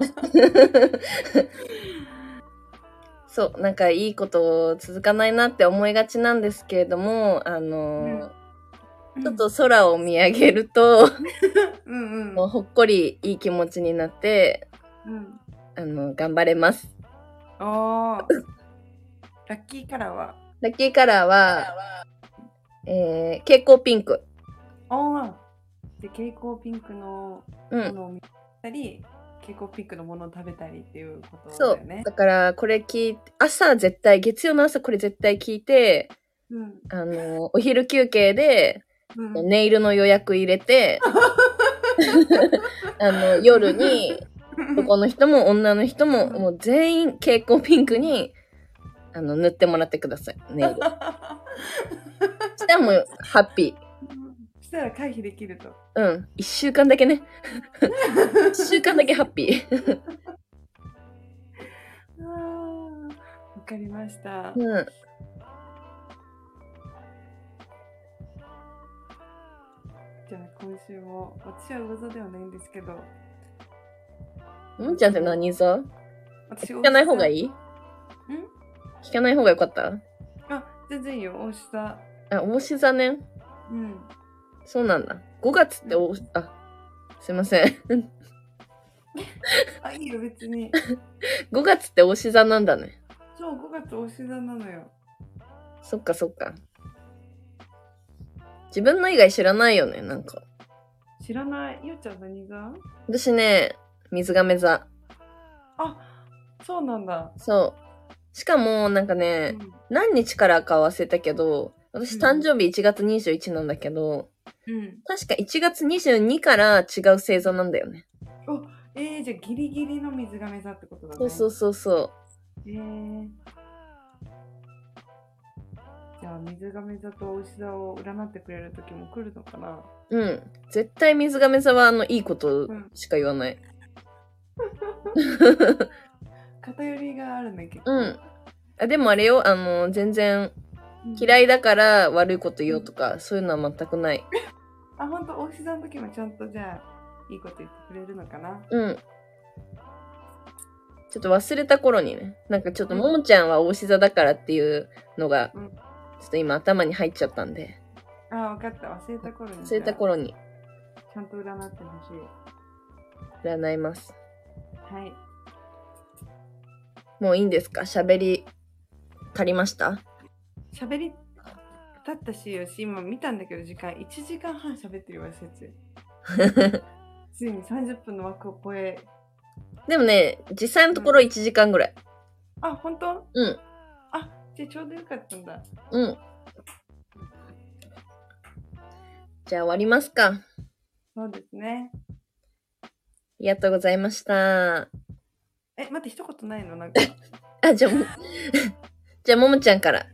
Speaker 2: そうなんかいいこと続かないなって思いがちなんですけれどもあのー
Speaker 1: うん
Speaker 2: ちょっと空を見上げる と、
Speaker 1: うんうん。
Speaker 2: もうほっこりいい気持ちになって、
Speaker 1: うん。
Speaker 2: あの、頑張れます。
Speaker 1: おー。ラッキーカラーは。
Speaker 2: ラッキーカラーは、えー、蛍光ピンク。
Speaker 1: おー。で、蛍光ピンクの
Speaker 2: う
Speaker 1: も
Speaker 2: ん。
Speaker 1: のを見たり、蛍光ピンクのものを食べたりっていうこと
Speaker 2: そ
Speaker 1: だ
Speaker 2: う
Speaker 1: よね。。
Speaker 2: だから、これ聞い朝絶対、月曜の朝これ絶対聞いて、
Speaker 1: うん。
Speaker 2: あの、お昼休憩で、
Speaker 1: うん。
Speaker 2: ネイルの予約入れて、あの、夜に、男の人も女の人も、もう全員蛍光ピンクに、あの、塗ってもらってください。ネイル。したらもう、ハッピー。
Speaker 1: そしたら回避できると。
Speaker 2: うん。一週間だけね。一週間だけハッピー。
Speaker 1: あーわかりました。
Speaker 2: うん。
Speaker 1: じゃあ今週も私は魚座ではないんですけど、
Speaker 2: もんちゃんって何座
Speaker 1: 私
Speaker 2: 聞かない方がい
Speaker 1: い。
Speaker 2: い聞かない方がよかった
Speaker 1: あ、全然いいよ。大下。
Speaker 2: あ、おし座ね。
Speaker 1: うん。
Speaker 2: そうなんだ。5月ってお、あ、すいません。
Speaker 1: あ、いいよ別に。
Speaker 2: 5月っておし座なんだね。
Speaker 1: そう5月大下座なのよ。
Speaker 2: そっかそっか。自分の以外知らないよね、なんか。
Speaker 1: 知らない。ゆうちゃん何座？
Speaker 2: 私ね、水亀座。
Speaker 1: あ、そうなんだ。
Speaker 2: そう。しかも、なんかね、何日からか忘れたけど、私誕生日1月21なんだけど、
Speaker 1: うん。うん、
Speaker 2: 確か1月22から違う星座なんだよね。
Speaker 1: えー、じゃあギリギリの水亀座ってことだね。
Speaker 2: そうそうそうそ
Speaker 1: えー、じゃあ水亀座と大座を占ってくれる時も来るのかな。
Speaker 2: う。うん。絶対水亀座はあのいいことしか言わない。
Speaker 1: 偏りがあるね結構。
Speaker 2: うん。あでもあれよ、あの、全然
Speaker 1: い。
Speaker 2: 嫌いだから悪いこと言おうとか、そういうのは全くない。
Speaker 1: あ本当大座の時もちゃんとじゃあいいこと言ってくれるのかな。
Speaker 2: うん。ちょっと忘れた頃にね、なんかちょっと
Speaker 1: うん
Speaker 2: ももちゃんは大志座だからっていうのが、
Speaker 1: うん
Speaker 2: ちょっと今頭に入っちゃったんで、
Speaker 1: あ分かった忘れた頃に。
Speaker 2: 忘れた頃に
Speaker 1: じゃあ。ちゃんと占ってほしい。
Speaker 2: 占います。
Speaker 1: はい。
Speaker 2: もういいんですか喋り足りました
Speaker 1: 喋りだったし、よし、今見たんだけど、時間1時間半喋ってるわ、説。ついに30分の枠を超え。
Speaker 2: でもね、実際のところ1時間ぐらい。
Speaker 1: あ、本当
Speaker 2: うん。
Speaker 1: あ、じゃあちょうどよかったんだ。
Speaker 2: うん。じゃあ終わりますか。あ
Speaker 1: そうですね。
Speaker 2: りがとうございました。
Speaker 1: え、待って、一言ないのなんか。
Speaker 2: あ、じゃあ、も じゃあ、ももちゃんから。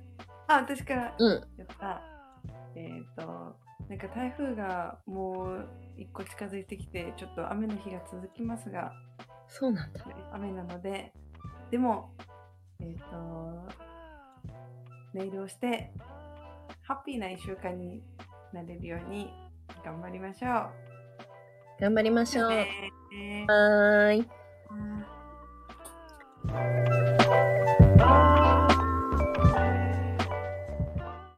Speaker 1: あ、私から。
Speaker 2: うん。
Speaker 1: やった。えっ、と、なんか台風がもう一個近づいてきて、ちょっと雨の日が続きますが、
Speaker 2: そうなんだ。
Speaker 1: 雨なので、でも、えっ、と、ネイルをして、ハッピーな一週間になれるように頑張りましょう。
Speaker 2: 頑張りましょう。
Speaker 1: ね
Speaker 2: はーい。
Speaker 1: うん